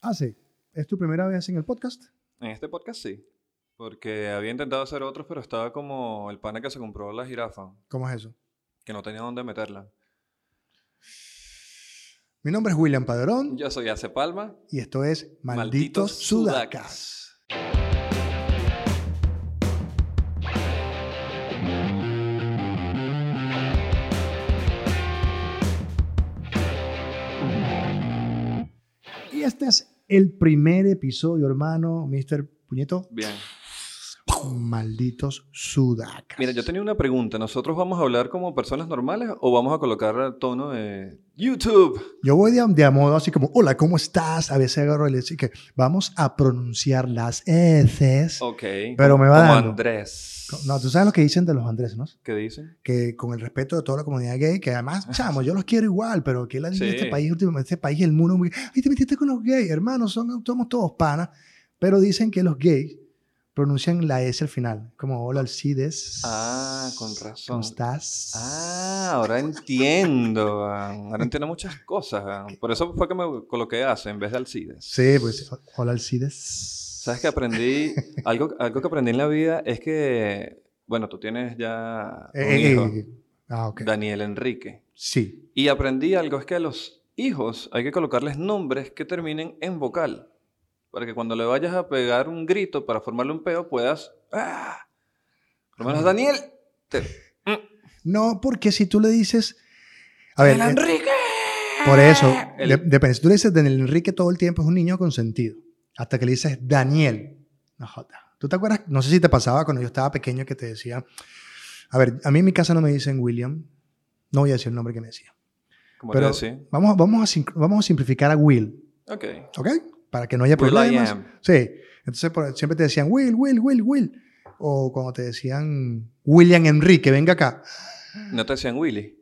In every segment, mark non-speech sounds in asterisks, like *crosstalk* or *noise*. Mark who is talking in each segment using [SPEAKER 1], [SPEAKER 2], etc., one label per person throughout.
[SPEAKER 1] Ah, sí. ¿Es tu primera vez en el podcast?
[SPEAKER 2] En este podcast sí. Porque había intentado hacer otros, pero estaba como el pana que se compró la jirafa,
[SPEAKER 1] ¿Cómo es eso?
[SPEAKER 2] que no tenía dónde meterla.
[SPEAKER 1] Mi nombre es William Padrón
[SPEAKER 2] Yo soy Ace Palma.
[SPEAKER 1] y esto es Malditos, Sudacas. Y este es el primer episodio, hermano, Mr. Puñeto.
[SPEAKER 2] Bien.
[SPEAKER 1] Malditos Sudacas.
[SPEAKER 2] Mira, yo tenía una pregunta. ¿Nosotros vamos a hablar como personas normales o vamos a colocar tono de YouTube?
[SPEAKER 1] Yo voy de, de a modo así como, hola, ¿cómo estás? A veces agarro el así que vamos a pronunciar las S's.
[SPEAKER 2] Ok.
[SPEAKER 1] Pero me va
[SPEAKER 2] Oh, como
[SPEAKER 1] dando.
[SPEAKER 2] Andrés.
[SPEAKER 1] No, tú sabes lo que dicen de los Andrés, ¿no?
[SPEAKER 2] ¿Qué dicen?
[SPEAKER 1] Que con el respeto de toda la comunidad gay, que además, chamo, yo los quiero igual, pero que la
[SPEAKER 2] Ah, Sí.
[SPEAKER 1] este país, últimamente, este país, el mundo, muy, ay, te metiste con los gays, hermanos, son, somos todos panas, pero dicen que los gays pronuncian la S al final, como hola, Alcides.
[SPEAKER 2] Ah, con razón.
[SPEAKER 1] ¿Cómo estás?
[SPEAKER 2] Ah, ahora entiendo. weón. Ahora entiendo muchas cosas. weón. Por eso fue que me coloqué Ace en vez de Alcides.
[SPEAKER 1] Sí, pues, hola, Alcides.
[SPEAKER 2] ¿Sabes que
[SPEAKER 1] *laughs*
[SPEAKER 2] aprendí? Algo, algo que aprendí en la vida es que, bueno, tú tienes ya un
[SPEAKER 1] Eh, eh,
[SPEAKER 2] hijo,
[SPEAKER 1] eh, Ah, ok.
[SPEAKER 2] Daniel Enrique.
[SPEAKER 1] Sí.
[SPEAKER 2] Y aprendí algo, es que a los hijos hay que colocarles nombres que terminen en vocal. Para que cuando le vayas a pegar un grito para formarle un peo puedas... ¡Ah! Por lo
[SPEAKER 1] Ah.
[SPEAKER 2] menos Daniel. te-
[SPEAKER 1] No, porque si tú le dices. A ver,
[SPEAKER 2] ¡Daniel
[SPEAKER 1] eh,
[SPEAKER 2] Enrique!
[SPEAKER 1] por eso,
[SPEAKER 2] El-
[SPEAKER 1] de- depende. Si tú le dices Daniel Enrique todo el tiempo, es un niño consentido. Hasta que le dices Daniel. No joda. ¿Tú te acuerdas? No sé si te pasaba cuando yo estaba pequeño que te decía. A ver, a mí en mi casa no me dicen William. No voy a decir el nombre que me decía.
[SPEAKER 2] Como
[SPEAKER 1] Pero-
[SPEAKER 2] te decía.
[SPEAKER 1] Vamos, vamos, a, sin- vamos a simplificar a Will,
[SPEAKER 2] Ok.
[SPEAKER 1] ¿ok? Para que no haya
[SPEAKER 2] Will I
[SPEAKER 1] problemas.
[SPEAKER 2] am.
[SPEAKER 1] Sí. Entonces por- siempre te decían Will, Will, Will, Will. O cuando te decían William Enrique, venga acá.
[SPEAKER 2] No te decían Willy.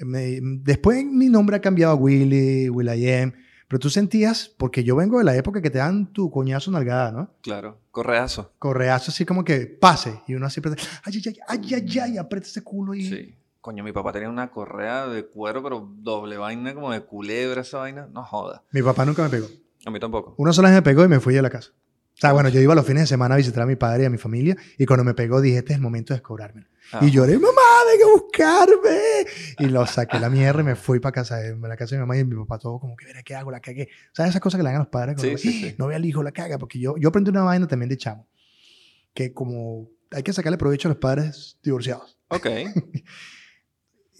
[SPEAKER 1] Me- después mi nombre ha cambiado a Willy, Will.i.am, pero tú sentías, porque yo vengo de la época que te dan tu coñazo nalgada, ¿no?
[SPEAKER 2] Claro. Correazo.
[SPEAKER 1] Correazo así como que pase, y uno así, aprieta, ay, ay, ay, ay, ay, ay, aprieta ese culo y...
[SPEAKER 2] Sí. Coño, mi papá tenía una correa de cuero, pero doble vaina, como de culebra, esa vaina. No joda.
[SPEAKER 1] Mi papá nunca me pegó.
[SPEAKER 2] A mí tampoco.
[SPEAKER 1] Una sola vez me pegó y me fui de la casa. O sea, bueno, yo iba los fines de semana a visitar a mi padre y a mi familia, y cuando me pegó dije, este es el momento de descobrarme.
[SPEAKER 2] Ah,
[SPEAKER 1] Y lloré, mamá, venga a buscarme. Y lo saqué la mierda y me fui para casa, de- la casa de mi mamá y mi papá todo como que, mira, ¿qué hago? La cagué. ¿Sabes esas cosas que le hagan los padres? cuando
[SPEAKER 2] Sí,
[SPEAKER 1] ve-
[SPEAKER 2] sí, sí.
[SPEAKER 1] No ve al hijo, la caga. Porque yo, yo aprendí una vaina también de chamo. Que como hay que sacarle provecho a los padres divorciados.
[SPEAKER 2] Ok.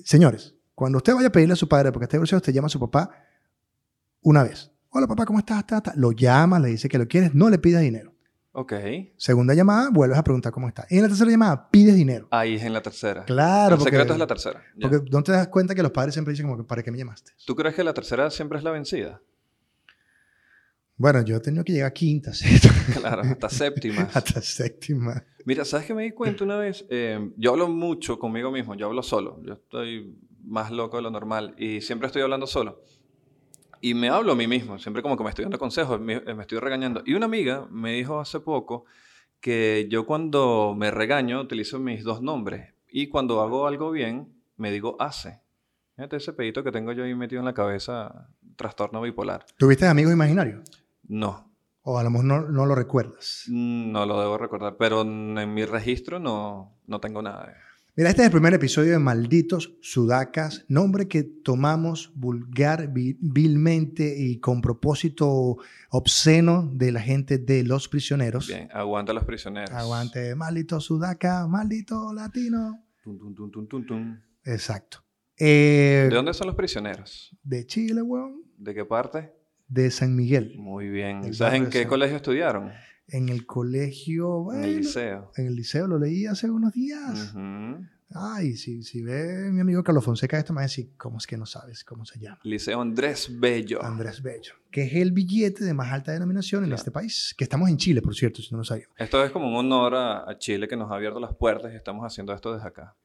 [SPEAKER 1] Señores, cuando usted vaya a pedirle a su padre porque está divorciado, usted llama a su papá una vez. Hola papá, ¿cómo estás? Ta, ta. Lo llama, le dice que lo quieres, no le pidas dinero.
[SPEAKER 2] Ok.
[SPEAKER 1] Segunda llamada, vuelves a preguntar cómo está. Y en la tercera llamada, pides dinero.
[SPEAKER 2] Ahí es en la tercera.
[SPEAKER 1] Claro,
[SPEAKER 2] Ah, El
[SPEAKER 1] porque-
[SPEAKER 2] secreto es la tercera. Ya.
[SPEAKER 1] Porque no te das cuenta que los padres siempre dicen como que, ¿para qué me llamaste?
[SPEAKER 2] ¿Tú crees que la tercera siempre es la vencida?
[SPEAKER 1] Bueno, yo he tenido que llegar a quinta, *laughs* sexta,
[SPEAKER 2] Claro,
[SPEAKER 1] *laughs*
[SPEAKER 2] hasta séptima.
[SPEAKER 1] hasta séptima.
[SPEAKER 2] Mira, ¿sabes qué me di cuenta una vez? Eh, yo hablo mucho conmigo mismo, yo hablo solo. Yo estoy más loco de lo normal y siempre estoy hablando solo. Y me hablo a mí mismo, siempre como que me estoy dando consejos, me, eh, me estoy regañando. Y una amiga me dijo hace poco que yo cuando me regaño utilizo mis dos nombres y cuando hago algo bien me digo hace. Fíjate ese pedito que tengo yo ahí metido en la cabeza, trastorno bipolar.
[SPEAKER 1] ¿Tuviste amigos imaginarios?
[SPEAKER 2] No,
[SPEAKER 1] O a lo mejor no, no lo recuerdas.
[SPEAKER 2] No lo debo recordar, pero n- en mi registro no, no tengo nada. de-
[SPEAKER 1] Mira, este es el primer episodio de Malditos Sudacas, nombre que tomamos vulgar, vi- vilmente y con propósito obsceno de la gente de los prisioneros.
[SPEAKER 2] Bien, aguanta a los prisioneros.
[SPEAKER 1] Pues Aguante, maldito Sudaca, maldito latino.
[SPEAKER 2] Tun, tun, tun, tun, tun, tun.
[SPEAKER 1] Exacto. Eh,
[SPEAKER 2] ¿De dónde son los prisioneros?
[SPEAKER 1] de Chile, weón.
[SPEAKER 2] ¿De qué parte?
[SPEAKER 1] De San Miguel.
[SPEAKER 2] Muy bien.
[SPEAKER 1] Del
[SPEAKER 2] ¿Sabes
[SPEAKER 1] barrio
[SPEAKER 2] en qué
[SPEAKER 1] San-
[SPEAKER 2] colegio estudiaron?
[SPEAKER 1] En el colegio.
[SPEAKER 2] En
[SPEAKER 1] bueno,
[SPEAKER 2] el liceo.
[SPEAKER 1] en el liceo, lo leí hace unos días.
[SPEAKER 2] Ujú.
[SPEAKER 1] Ay, si, si ve mi amigo Carlos Fonseca esto, me va a decir, ¿cómo es que no sabes cómo se llama?
[SPEAKER 2] Liceo Andrés Bello.
[SPEAKER 1] Andrés Bello, que es el billete de más alta denominación en
[SPEAKER 2] Oh. Claro.
[SPEAKER 1] este país, que estamos en Chile, por cierto, si no lo sabían.
[SPEAKER 2] Esto es como un honor a, a Chile que nos ha abierto las puertas y estamos haciendo esto desde acá.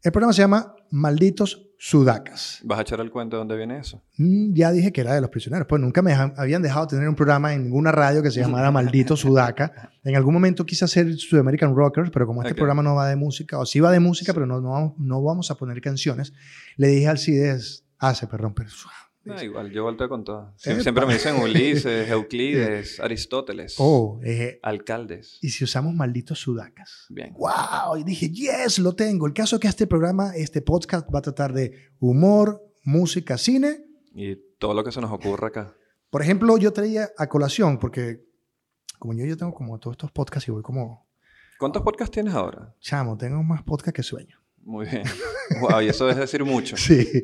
[SPEAKER 1] El programa se llama Malditos Sudacas.
[SPEAKER 2] ¿Vas a echar el cuento de dónde viene eso?
[SPEAKER 1] Mm, Ya dije que era de los prisioneros, pues nunca me dejan- habían dejado tener un programa en ninguna radio que se llamara
[SPEAKER 2] *laughs*
[SPEAKER 1] Malditos Sudaca. En algún momento quise hacer Sudamerican Rockers, pero como este
[SPEAKER 2] Ok.
[SPEAKER 1] programa no va de música, o sí va de música, pero no, no, vamos- no vamos a poner canciones, le dije al CIDES, hace, ah, perdón, pero te
[SPEAKER 2] No,
[SPEAKER 1] dicen.
[SPEAKER 2] Ah, igual, yo volteo con todo. Sie-
[SPEAKER 1] Epa.
[SPEAKER 2] Siempre, me
[SPEAKER 1] *laughs*
[SPEAKER 2] dicen Ulises, Euclides, Aristóteles,
[SPEAKER 1] Oh, eh,
[SPEAKER 2] alcaldes.
[SPEAKER 1] y si usamos malditos sudacas.
[SPEAKER 2] Bien.
[SPEAKER 1] ¡Wow! Y dije, yes, lo tengo. El caso es que este programa, este podcast va a tratar de humor, música, cine.
[SPEAKER 2] Y todo lo que se nos ocurra acá.
[SPEAKER 1] Por ejemplo, yo traía a colación, porque como yo, yo tengo como todos estos podcasts y voy como,
[SPEAKER 2] ¿Cuántos podcasts tienes ahora?
[SPEAKER 1] chamo, tengo más podcasts que sueño.
[SPEAKER 2] Muy bien. Wow, y eso es decir mucho.
[SPEAKER 1] Sí.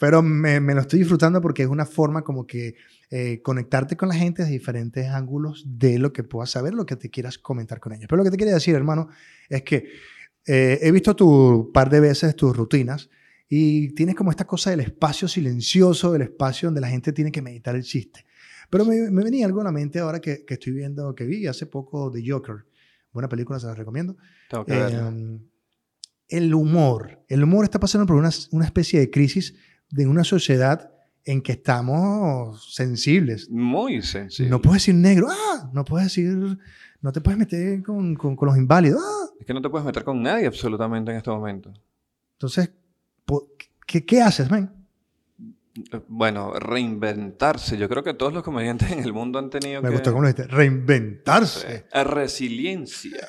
[SPEAKER 1] Pero me, me lo estoy disfrutando porque es una forma como que eh, conectarte con la gente de diferentes ángulos de lo que puedas saber, lo que te quieras comentar con ellos. Pero lo que te quería decir, hermano, es que eh, he visto tu par de veces tus rutinas y tienes como esta cosa del espacio silencioso, del espacio donde la gente tiene que meditar el chiste. Pero me, me venía algo a la mente ahora que, que estoy viendo, que vi hace poco The Joker. Buena película, se la recomiendo.
[SPEAKER 2] Tengo que verlo.
[SPEAKER 1] Eh, el humor. El humor está pasando por una, una especie de crisis de una sociedad en que estamos sensibles.
[SPEAKER 2] Muy sencillo.
[SPEAKER 1] No puedes decir negro, ¡ah! no puedes decir, no te puedes meter con, con- con los inválidos. ¡ah!
[SPEAKER 2] Es que no te puedes meter con nadie absolutamente en este momento.
[SPEAKER 1] Entonces, po- ¿qué, qué haces, man?
[SPEAKER 2] Eh, Bueno, reinventarse. Yo creo que todos los comediantes en el mundo han tenido
[SPEAKER 1] Me
[SPEAKER 2] que...
[SPEAKER 1] gustó cómo lo dijiste, reinventarse.
[SPEAKER 2] Eh, resiliencia.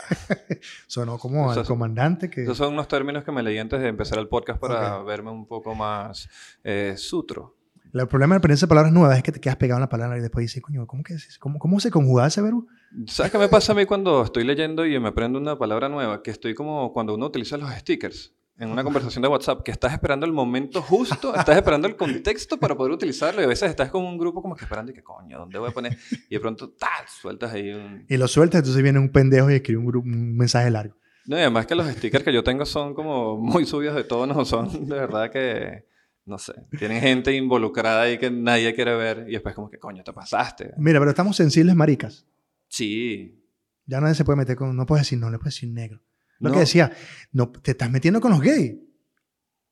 [SPEAKER 1] Sonó como
[SPEAKER 2] Eso
[SPEAKER 1] al
[SPEAKER 2] es-
[SPEAKER 1] comandante que...
[SPEAKER 2] Esos son unos términos que me leí antes de empezar el podcast para verme un poco más eh, sutro.
[SPEAKER 1] La- El problema de aprender palabras nuevas es que te quedas pegado en la palabra y después dices, coño, ¿cómo, que es? ¿Cómo, ¿cómo se conjuga ese verbo?
[SPEAKER 2] ¿Sabes qué me pasa a mí cuando estoy leyendo y me aprendo una palabra nueva? Que estoy como cuando uno utiliza los stickers en una conversación de WhatsApp, que estás esperando el momento justo, estás esperando el contexto para poder utilizarlo y a veces estás con un grupo como que esperando y que coño, ¿dónde voy a poner? Y de pronto, tal, sueltas ahí un...
[SPEAKER 1] Y lo sueltas, entonces viene un pendejo y escribe un gru- un mensaje largo.
[SPEAKER 2] No, y además que los stickers que yo tengo son como muy subidos de tono, *laughs* son de verdad que, no sé, tienen gente involucrada ahí que nadie quiere ver y después como que coño, te pasaste.
[SPEAKER 1] Mira, pero estamos sensibles, maricas.
[SPEAKER 2] Sí.
[SPEAKER 1] Ya nadie se puede meter con. No puedes decir no, le puedes decir negro. Lo
[SPEAKER 2] No.
[SPEAKER 1] que decía, no, te estás metiendo con los gays. Y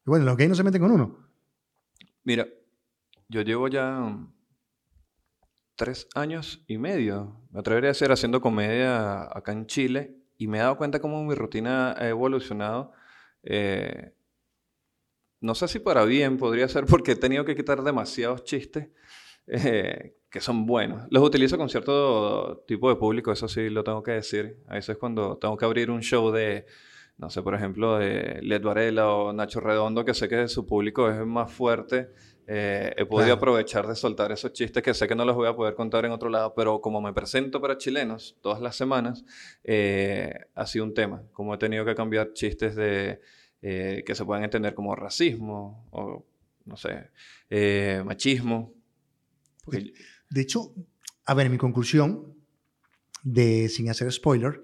[SPEAKER 1] bueno, los gays no se meten con uno.
[SPEAKER 2] Mira, yo llevo ya mm, tres años y medio, me atrevería a decir, haciendo comedia acá en Chile y me he dado cuenta cómo mi rutina ha evolucionado. eh, no sé si para bien podría ser porque he tenido que quitar demasiados chistes eh, que son buenos. Los utilizo con cierto tipo de público, eso sí lo tengo que decir. A veces cuando tengo que abrir un show de, no sé, por ejemplo, de Led Varela o Nacho Redondo, que sé que su público es más fuerte, eh, he podido
[SPEAKER 1] Claro.
[SPEAKER 2] aprovechar de soltar esos chistes que sé que no los voy a poder contar en otro lado, pero como me presento para chilenos todas las semanas, eh, ha sido un tema. Como he tenido que cambiar chistes de, eh, que se puedan entender como racismo o, no sé, eh, machismo. Porque-
[SPEAKER 1] De hecho, a ver, mi conclusión, de, sin hacer spoiler,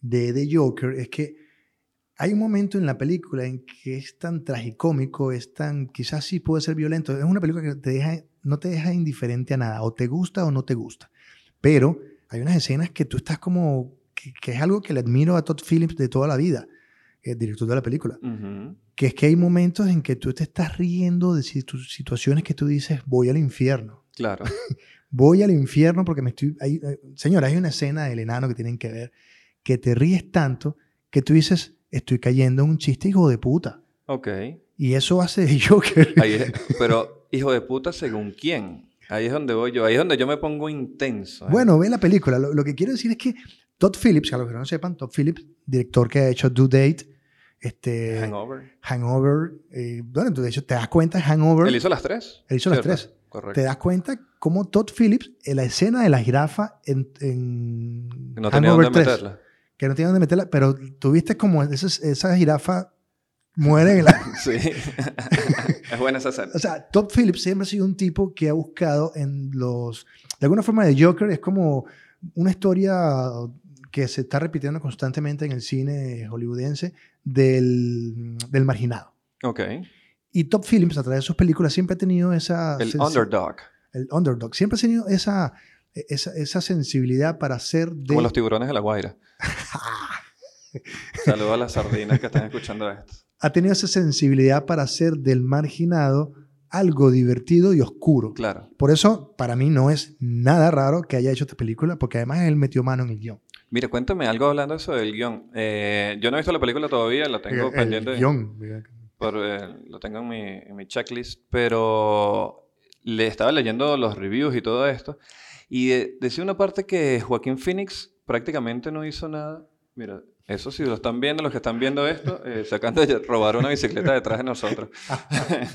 [SPEAKER 1] de The Joker es que hay un momento en la película en que es tan tragicómico, es tan. Quizás sí puede ser violento. Es una película que te deja, no te deja indiferente a nada. O te gusta o no te gusta. Pero hay unas escenas que tú estás como. que, que es algo que le admiro a Todd Phillips de toda la vida, el director de la película
[SPEAKER 2] Ujú.
[SPEAKER 1] que es que hay momentos en que tú te estás riendo de situ- situaciones que tú dices, voy al infierno.
[SPEAKER 2] Claro.
[SPEAKER 1] Voy al infierno porque me estoy... Hay, eh, señora, hay una escena del enano que tienen que ver, que te ríes tanto que tú dices, estoy cayendo en un chiste hijo de puta.
[SPEAKER 2] Ok.
[SPEAKER 1] Y eso hace de *laughs* Joker.
[SPEAKER 2] Ahí es- pero, hijo de puta, ¿según quién? Ahí es donde voy yo. Ahí es donde yo me pongo intenso. ¿eh?
[SPEAKER 1] Bueno, ve la película. Lo, lo que quiero decir es que Todd Phillips, a los que no lo sepan, Todd Phillips, director que ha hecho Due Date, este, Hangover,
[SPEAKER 2] Hangover.
[SPEAKER 1] eh, bueno, tú de hecho te das cuenta, Hangover,
[SPEAKER 2] Él hizo las tres.
[SPEAKER 1] él hizo las
[SPEAKER 2] ¿cierto?
[SPEAKER 1] tres.
[SPEAKER 2] Correcto.
[SPEAKER 1] te das cuenta cómo Todd Phillips, en la escena de la jirafa en, en
[SPEAKER 2] No tenía dónde
[SPEAKER 1] 3,
[SPEAKER 2] meterla. *laughs*
[SPEAKER 1] que no tenía dónde meterla, pero tuviste como esa, esa jirafa muere en la... *laughs*
[SPEAKER 2] Sí. es buena esa escena.
[SPEAKER 1] O sea, Todd Phillips siempre ha sido un tipo que ha buscado en los... De alguna forma, de Joker es como una historia que se está repitiendo constantemente en el cine hollywoodense del, del marginado.
[SPEAKER 2] Ok.
[SPEAKER 1] Y Todd Phillips, a través de sus películas, siempre ha tenido esa...
[SPEAKER 2] El
[SPEAKER 1] sensi-
[SPEAKER 2] underdog.
[SPEAKER 1] el underdog. Siempre ha tenido esa, esa, esa sensibilidad para ser de...
[SPEAKER 2] Como los tiburones de
[SPEAKER 1] *laughs*
[SPEAKER 2] la Guaira. Saludos a las sardinas que están escuchando esto.
[SPEAKER 1] ha tenido esa sensibilidad para hacer del marginado algo divertido y oscuro.
[SPEAKER 2] Claro.
[SPEAKER 1] Por eso, para mí no es nada raro que haya hecho esta película, porque además él metió mano en el guión.
[SPEAKER 2] Mira, cuéntame algo hablando de eso del guión. Eh, yo no he visto la película todavía, la tengo
[SPEAKER 1] El- el
[SPEAKER 2] pendiente.
[SPEAKER 1] guión. mira.
[SPEAKER 2] por, eh, lo tengo en mi, en mi checklist, pero le estaba leyendo los reviews y todo esto, y de- decía una parte que Joaquín Phoenix prácticamente no hizo nada. Mira, eso si lo están viendo, los que están viendo esto, eh, se acaban de *laughs* robar una bicicleta detrás de nosotros. *laughs*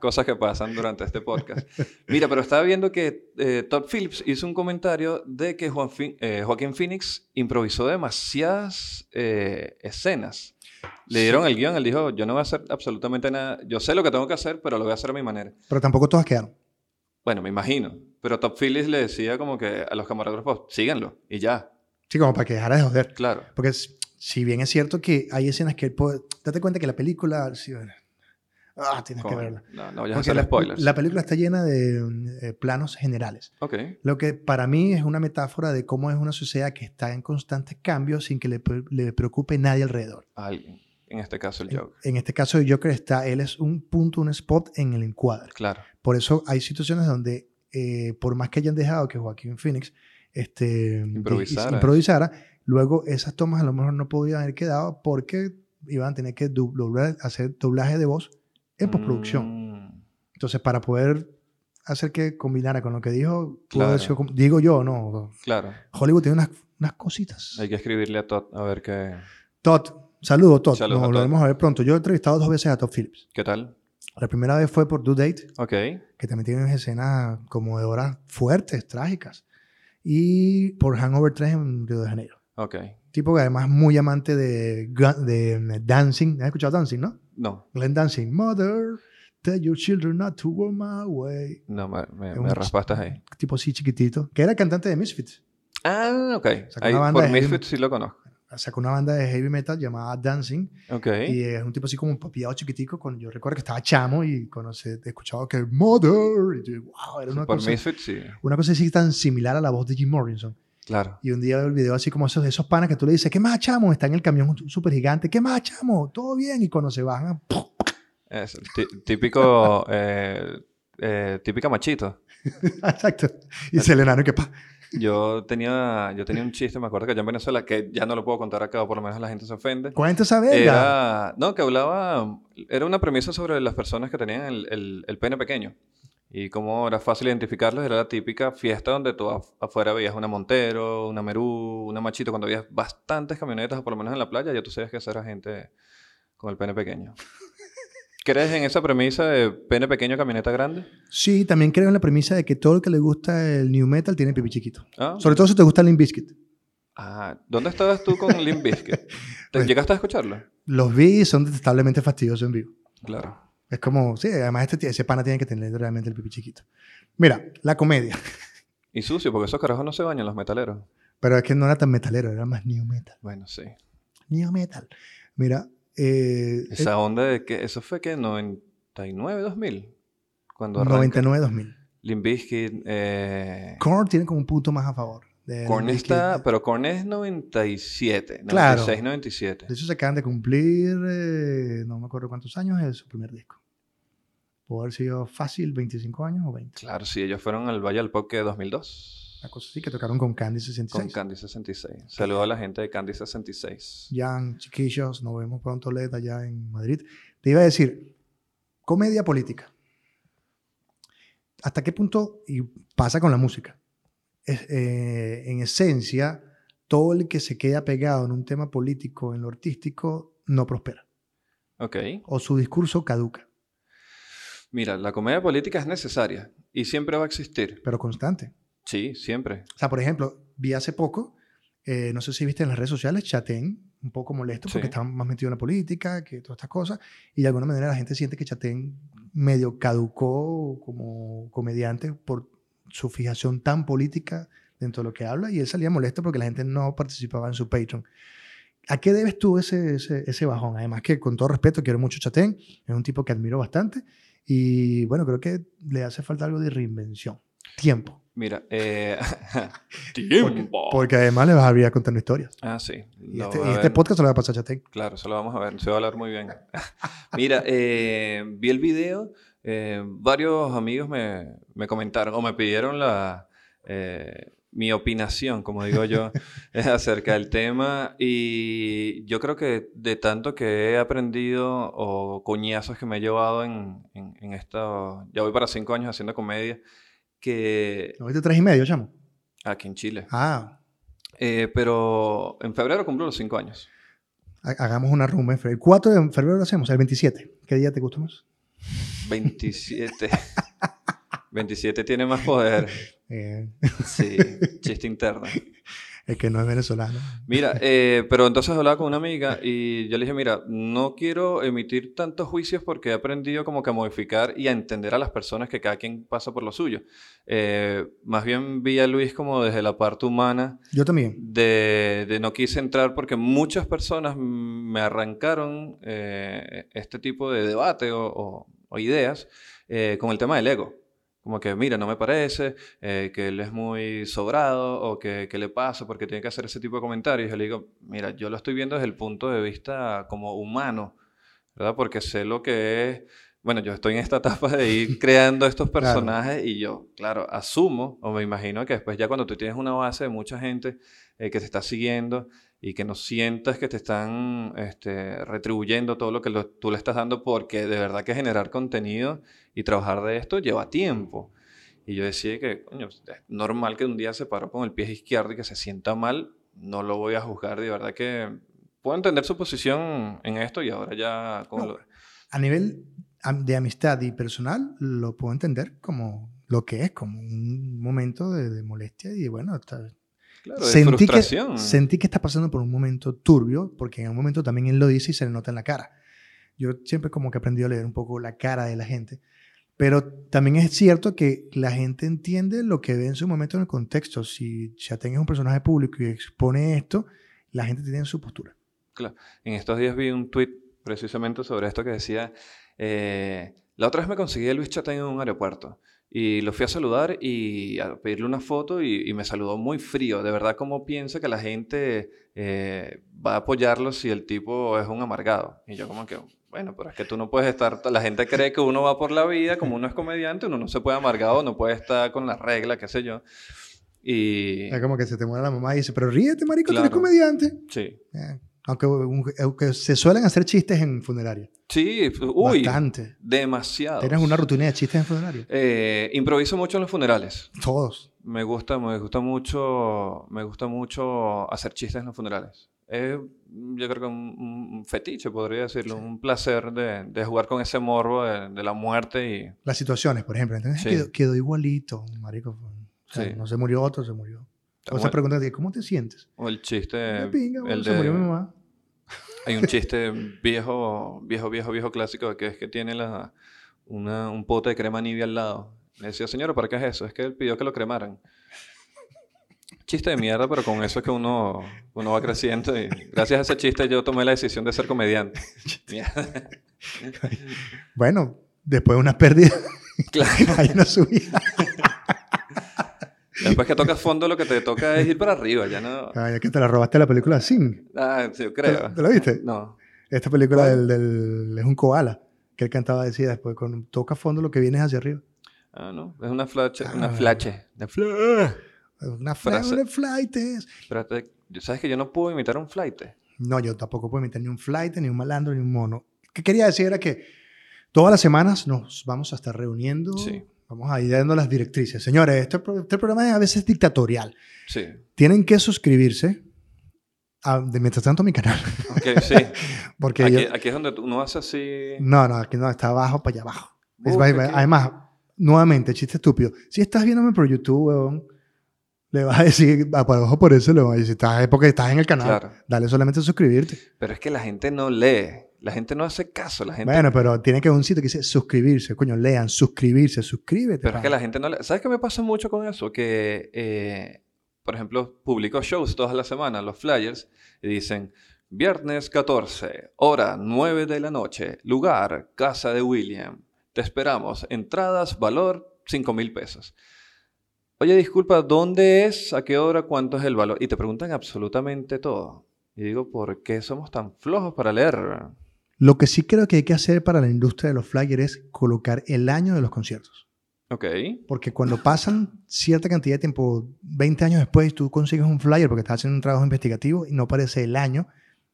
[SPEAKER 2] Cosas que pasan durante este podcast. Mira, pero estaba viendo que eh, Todd Phillips hizo un comentario de que Juan Phi- eh, Joaquín Phoenix improvisó demasiadas eh, escenas. Le dieron el guión, él dijo, yo no voy a hacer absolutamente nada, yo sé lo que tengo que hacer, pero lo voy a hacer a mi manera.
[SPEAKER 1] Pero tampoco todas quedaron.
[SPEAKER 2] Bueno, me imagino. Pero Top Phillips le decía como que a los camarógrafos, síganlo y ya.
[SPEAKER 1] Sí, como para que dejara de joder.
[SPEAKER 2] Claro.
[SPEAKER 1] Porque es- si bien es cierto que hay escenas que él puede... Date cuenta que la película... sí, bueno. ah, tienes
[SPEAKER 2] Como-
[SPEAKER 1] que verla.
[SPEAKER 2] No, no
[SPEAKER 1] Porque
[SPEAKER 2] vayas a hacer
[SPEAKER 1] la,
[SPEAKER 2] spoilers.
[SPEAKER 1] la película está llena de mm, eh, planos generales.
[SPEAKER 2] Ok.
[SPEAKER 1] Lo que para mí es una metáfora de cómo es una sociedad que está en constante cambio sin que le, pre- le preocupe nadie alrededor.
[SPEAKER 2] Alguien. En este caso el
[SPEAKER 1] En,
[SPEAKER 2] Joker.
[SPEAKER 1] en este caso de Joker está, él es un punto, un spot en el encuadre.
[SPEAKER 2] Claro.
[SPEAKER 1] Por eso hay situaciones donde, eh, por más que hayan dejado que Joaquín Phoenix este,
[SPEAKER 2] Improvisara.
[SPEAKER 1] de- improvisara, luego esas tomas a lo mejor no podían haber quedado porque iban a tener que du- doblar- hacer doblaje de voz en postproducción.
[SPEAKER 2] Mm,
[SPEAKER 1] Entonces, para poder hacer que combinara con lo que dijo, pudo
[SPEAKER 2] Claro.
[SPEAKER 1] haber sido como- digo yo, no.
[SPEAKER 2] claro.
[SPEAKER 1] Hollywood tiene unas, unas cositas.
[SPEAKER 2] Hay que escribirle a Todd a ver qué,
[SPEAKER 1] Todd, saludo Todd,
[SPEAKER 2] Saludos a
[SPEAKER 1] nos
[SPEAKER 2] Todd.
[SPEAKER 1] volveremos a ver pronto. Yo he entrevistado dos veces a Todd Phillips.
[SPEAKER 2] qué tal.
[SPEAKER 1] La primera vez fue por Due Date,
[SPEAKER 2] Ok.
[SPEAKER 1] que también tiene unas escenas como de horas fuertes, trágicas. Y por Hangover 3 en Río de Janeiro.
[SPEAKER 2] Ok.
[SPEAKER 1] Tipo que además es muy amante de, gu- de dancing. ¿Has escuchado dancing, no?
[SPEAKER 2] No.
[SPEAKER 1] Glenn Dancing. Mother, tell your children not to go my way.
[SPEAKER 2] No, me, me,
[SPEAKER 1] Es
[SPEAKER 2] me
[SPEAKER 1] un-
[SPEAKER 2] raspaste ahí.
[SPEAKER 1] Tipo así chiquitito. Que era cantante de Misfits.
[SPEAKER 2] Ah, ok.
[SPEAKER 1] Sacó
[SPEAKER 2] Ahí,
[SPEAKER 1] una banda
[SPEAKER 2] por
[SPEAKER 1] de heavy
[SPEAKER 2] Misfits sí lo conozco.
[SPEAKER 1] Sacó una banda de heavy metal llamada Dancing.
[SPEAKER 2] Ok.
[SPEAKER 1] Y es un tipo así como un papiado chiquitico. Con, yo recuerdo que estaba chamo y conocí, escuchaba que Mother. Y yo, wow, era una
[SPEAKER 2] por
[SPEAKER 1] cosa,
[SPEAKER 2] Misfits sí.
[SPEAKER 1] una cosa así tan similar a la voz de Jim Morrison.
[SPEAKER 2] Claro.
[SPEAKER 1] Y un día veo el video así como esos, de esos panas que tú le dices, ¿qué más chamo? Está en el camión súper gigante, ¿qué más chamo? Todo bien. Y cuando se bajan, *laughs* ¡pum!
[SPEAKER 2] Es el tí- típico... *laughs* eh, eh, típica machito.
[SPEAKER 1] exacto. Y se le enano que pa.
[SPEAKER 2] Yo tenía, yo tenía un chiste, me acuerdo que allá en Venezuela, que ya no lo puedo contar acá, o por lo menos la gente se ofende.
[SPEAKER 1] Cuenta esa verga.
[SPEAKER 2] Era, no, que hablaba, era una premisa sobre las personas que tenían el, el- el pene pequeño. Y cómo era fácil identificarlos, era la típica fiesta donde tú af- afuera veías una Montero, una Merú, una Machito, cuando veías bastantes camionetas, o por lo menos en la playa, ya tú sabías que esa era gente con el pene pequeño. ¿Crees en esa premisa de pene pequeño, camioneta grande?
[SPEAKER 1] Sí, también creo en la premisa de que todo el que le gusta el new metal tiene pipi chiquito.
[SPEAKER 2] ¿Ah?
[SPEAKER 1] Sobre todo si te gusta el Limp Bizkit.
[SPEAKER 2] Ah, ¿Dónde estabas tú con Limp Bizkit? ¿Te- ¿Llegaste a escucharlo?
[SPEAKER 1] Los vi y son detestablemente fastidiosos en vivo.
[SPEAKER 2] Claro.
[SPEAKER 1] Es como, sí, además este, ti- ese pana tiene que tener realmente el pipi chiquito. Mira, la comedia.
[SPEAKER 2] Y sucio, porque esos carajos no se bañan los metaleros.
[SPEAKER 1] Pero es que no era tan metalero, era más new metal.
[SPEAKER 2] Bueno, sí.
[SPEAKER 1] New metal. Mira, eh,
[SPEAKER 2] Esa onda de que eso fue que 99, 2000. Cuando arranca
[SPEAKER 1] 99-2000.
[SPEAKER 2] Limp Bizkit, eh,
[SPEAKER 1] Korn tiene como un punto más a favor. de
[SPEAKER 2] Korn
[SPEAKER 1] Limp Bizkit.
[SPEAKER 2] está, pero Korn es 97, 96,
[SPEAKER 1] Claro.
[SPEAKER 2] 97.
[SPEAKER 1] De hecho, se acaban de cumplir, eh, no me acuerdo cuántos años, es su primer disco. Puede haber sido fácil, 25 años o 20.
[SPEAKER 2] Claro, sí, ellos fueron al Valle del Pop que 2002.
[SPEAKER 1] Una cosa así que tocaron con Candy
[SPEAKER 2] Con
[SPEAKER 1] 66.
[SPEAKER 2] Candy 66. Saludo a la gente de Candy 66.
[SPEAKER 1] Jan, chiquillos, nos vemos pronto, Led, allá en Madrid. Te iba a decir, comedia política. ¿Hasta qué punto, y pasa con la música? Es- eh, en esencia, todo el que se queda pegado en un tema político, en lo artístico, no prospera.
[SPEAKER 2] Ok.
[SPEAKER 1] O su discurso caduca,
[SPEAKER 2] Mira, la comedia política es necesaria y siempre va a existir.
[SPEAKER 1] pero constante.
[SPEAKER 2] Sí, siempre.
[SPEAKER 1] O sea, por ejemplo, vi hace poco, eh, no sé si viste en las redes sociales, Chatén, un poco molesto porque
[SPEAKER 2] Sí.
[SPEAKER 1] está más metido en la política, que todas estas cosas, y de alguna manera la gente siente que Chatén medio caducó como comediante por su fijación tan política dentro de lo que habla, y él salía molesto porque la gente no participaba en su Patreon. ¿A qué debes tú ese, ese, ese bajón? Además que con todo respeto, quiero mucho a Chatén, es un tipo que admiro bastante, y bueno, creo que le hace falta algo de reinvención, tiempo.
[SPEAKER 2] Mira, eh, *laughs*
[SPEAKER 1] Porque,
[SPEAKER 2] tiempo.
[SPEAKER 1] porque además le vas a abrir contando historias.
[SPEAKER 2] Ah, sí.
[SPEAKER 1] Y
[SPEAKER 2] lo
[SPEAKER 1] este,
[SPEAKER 2] va
[SPEAKER 1] y
[SPEAKER 2] a
[SPEAKER 1] este
[SPEAKER 2] ver.
[SPEAKER 1] podcast se lo va a pasar a Chatén.
[SPEAKER 2] Claro, eso lo vamos a ver, se va a hablar muy bien. *laughs* Mira, eh, vi el video, eh, varios amigos me, me comentaron o me pidieron la, eh, mi opinación, como digo yo, *laughs* eh, acerca del tema. Y yo creo que de tanto que he aprendido o coñazos que me he llevado en, en, en esto, ya voy para cinco años haciendo comedia, que
[SPEAKER 1] Ahorita tres y medio, chamo.
[SPEAKER 2] aquí en Chile.
[SPEAKER 1] Ah,
[SPEAKER 2] Eh, pero en febrero cumplo los cinco años.
[SPEAKER 1] ha- hagamos una rumba en febrero. El 4 de febrero lo hacemos, el 27. ¿Qué día te gusta más?
[SPEAKER 2] 27. 27 tiene más poder.
[SPEAKER 1] Eh, *laughs*
[SPEAKER 2] Sí, chiste interno.
[SPEAKER 1] el que no es venezolano.
[SPEAKER 2] Mira, eh, pero entonces hablaba con una amiga y yo le dije, mira, no quiero emitir tantos juicios porque he aprendido como que a modificar y a entender a las personas que cada quien pasa por lo suyo. Eh, más bien vi a Luis como desde la parte humana
[SPEAKER 1] Yo también.
[SPEAKER 2] de, de no quise entrar porque muchas personas me arrancaron eh, este tipo de debate o, o- o ideas eh, con el tema del ego. Como que, mira, no me parece, eh, que él es muy sobrado o que, ¿qué le pasa porque tiene que hacer ese tipo de comentarios. Yo le digo, mira, yo lo estoy viendo desde el punto de vista como humano, ¿verdad? Porque sé lo que es. Bueno, yo estoy en esta etapa de ir creando estos
[SPEAKER 1] Claro.
[SPEAKER 2] personajes y yo, claro, asumo o me imagino que después ya cuando tú tienes una base de mucha gente eh, que te está siguiendo y que no sientas que te están este, retribuyendo todo lo que lo- tú le estás dando porque de verdad que generar contenido y trabajar de esto lleva tiempo. Y yo decía que, coño, pues, es normal que un día se paró con el pie izquierdo y que se sienta mal, no lo voy a juzgar, de verdad que puedo entender su posición en esto y ahora ya... como
[SPEAKER 1] No.
[SPEAKER 2] lo-
[SPEAKER 1] a nivel am- de amistad y personal, lo puedo entender como lo que es, como un momento de, de molestia y bueno, está-
[SPEAKER 2] claro, de
[SPEAKER 1] sentí, que,
[SPEAKER 2] frustración.
[SPEAKER 1] sentí que está pasando por un momento turbio, porque en un momento también él lo dice y se le nota en la cara. Yo siempre como que he aprendido a leer un poco la cara de la gente, pero también es cierto que la gente entiende lo que ve en su momento en el contexto. Si Chatén es un personaje público y expone esto, la gente tiene su postura.
[SPEAKER 2] En estos días vi un tweet precisamente sobre esto que decía, eh, la otra vez me conseguí a Luis Chatén en un aeropuerto y lo fui a saludar y a pedirle una foto y, y me saludó muy frío. De verdad, ¿cómo piensa que la gente eh, va a apoyarlo si el tipo es un amargado? Y yo como que, bueno, pero es que tú no puedes estar, la gente cree que uno va por la vida, como uno es comediante, uno no se puede amargado, no puede estar con la regla, qué sé yo. Y...
[SPEAKER 1] Es como que se te muere la mamá y dice, pero ríete, marico, tú eres
[SPEAKER 2] Claro.
[SPEAKER 1] comediante.
[SPEAKER 2] Sí.
[SPEAKER 1] Eh, Aunque, un- aunque se suelen hacer chistes en funerarios.
[SPEAKER 2] Sí, uy,
[SPEAKER 1] Bastante.
[SPEAKER 2] demasiado.
[SPEAKER 1] Tienes una rutina de chistes en funerarios.
[SPEAKER 2] Eh, improviso mucho en los funerales.
[SPEAKER 1] Todos.
[SPEAKER 2] Me gusta, me gusta mucho, me gusta mucho hacer chistes en los funerales. Es, yo creo que un, un- un fetiche, podría decirlo, un placer de, de jugar con ese morbo de, de la muerte y
[SPEAKER 1] Las situaciones, por ejemplo. Entonces
[SPEAKER 2] Sí.
[SPEAKER 1] quedó, quedó igualito, marico. O sea,
[SPEAKER 2] Sí.
[SPEAKER 1] No se murió otro, se murió. O
[SPEAKER 2] Bueno.
[SPEAKER 1] se preguntan, de, ¿cómo te sientes?
[SPEAKER 2] o el chiste,
[SPEAKER 1] De pinga, bueno,
[SPEAKER 2] el
[SPEAKER 1] se
[SPEAKER 2] de-
[SPEAKER 1] murió mi mamá.
[SPEAKER 2] hay un chiste viejo, viejo, viejo, viejo clásico que es que tiene la, una- un pote de crema nivea al lado. Le decía, señora, ¿para qué es eso? Es que él pidió que lo cremaran. Chiste de mierda, pero con eso es que uno, uno va creciendo y gracias a ese chiste yo tomé la decisión de ser *laughs* comediante. Mierda.
[SPEAKER 1] Bueno, después de una pérdida, *laughs*
[SPEAKER 2] claro.
[SPEAKER 1] hay una subida.
[SPEAKER 2] *laughs* Después que tocas fondo, lo que te toca es ir para arriba, ya no.
[SPEAKER 1] Ay, es que te la robaste la película Sing.
[SPEAKER 2] Ah, sí, yo
[SPEAKER 1] ¿Te,
[SPEAKER 2] creo.
[SPEAKER 1] te la viste?
[SPEAKER 2] No.
[SPEAKER 1] Esta película
[SPEAKER 2] ¿Cuál?
[SPEAKER 1] del, del- es un koala. Que él cantaba, decía después, con toca a fondo lo que vienes hacia arriba.
[SPEAKER 2] Ah, no. Es una flache. Una
[SPEAKER 1] Ah.
[SPEAKER 2] flache. Una fla-
[SPEAKER 1] Una fla-
[SPEAKER 2] Frase.
[SPEAKER 1] una flight es.
[SPEAKER 2] Espérate, ¿Sabes que yo no puedo imitar un flight?
[SPEAKER 1] No, yo tampoco puedo meter ni un flight, ni un malandro, ni un mono. ¿Qué quería decir? Era que todas las semanas nos vamos a estar reuniendo.
[SPEAKER 2] Sí.
[SPEAKER 1] Vamos a ir dando las directrices. Señores, este, pro- este programa es a veces dictatorial.
[SPEAKER 2] Sí.
[SPEAKER 1] Tienen que suscribirse a- de mientras tanto a mi canal. *laughs*
[SPEAKER 2] Ok, sí.
[SPEAKER 1] Porque
[SPEAKER 2] aquí,
[SPEAKER 1] yo-
[SPEAKER 2] aquí es donde tú- uno hace así.
[SPEAKER 1] No, no, aquí no, está abajo, para allá abajo. Es
[SPEAKER 2] Busca
[SPEAKER 1] va- va-
[SPEAKER 2] aquí.
[SPEAKER 1] Además, nuevamente, chiste estúpido. Si estás viéndome por YouTube, weón, le vas a decir, "Ah, para abajo por eso, le vas a decir, estás, es porque estás en el canal.
[SPEAKER 2] Claro.
[SPEAKER 1] Dale solamente a suscribirte.
[SPEAKER 2] Pero es que la gente no lee. La gente no hace caso. La gente.
[SPEAKER 1] Bueno, pero tiene que haber un sitio que dice suscribirse, coño, lean, suscribirse, suscríbete.
[SPEAKER 2] pero es que
[SPEAKER 1] pana.
[SPEAKER 2] la gente no lee. ¿Sabes qué me pasa mucho con eso? Que, eh, por ejemplo, publico shows todas las semanas, los flyers, y dicen. Viernes 14, hora 9 de la noche, lugar, casa de William. Te esperamos. Entradas, valor, 5 mil pesos. Oye, disculpa, ¿dónde es? ¿A qué hora? ¿Cuánto es el valor? Y te preguntan absolutamente todo. Y digo, ¿por qué somos tan flojos para leer?
[SPEAKER 1] Lo que sí creo que hay que hacer para la industria de los flyers es colocar el año de los conciertos.
[SPEAKER 2] Ok.
[SPEAKER 1] Porque
[SPEAKER 2] *laughs*
[SPEAKER 1] cuando pasan cierta cantidad de tiempo, 20 años después, tú consigues un flyer porque estás haciendo un trabajo investigativo y no aparece el año,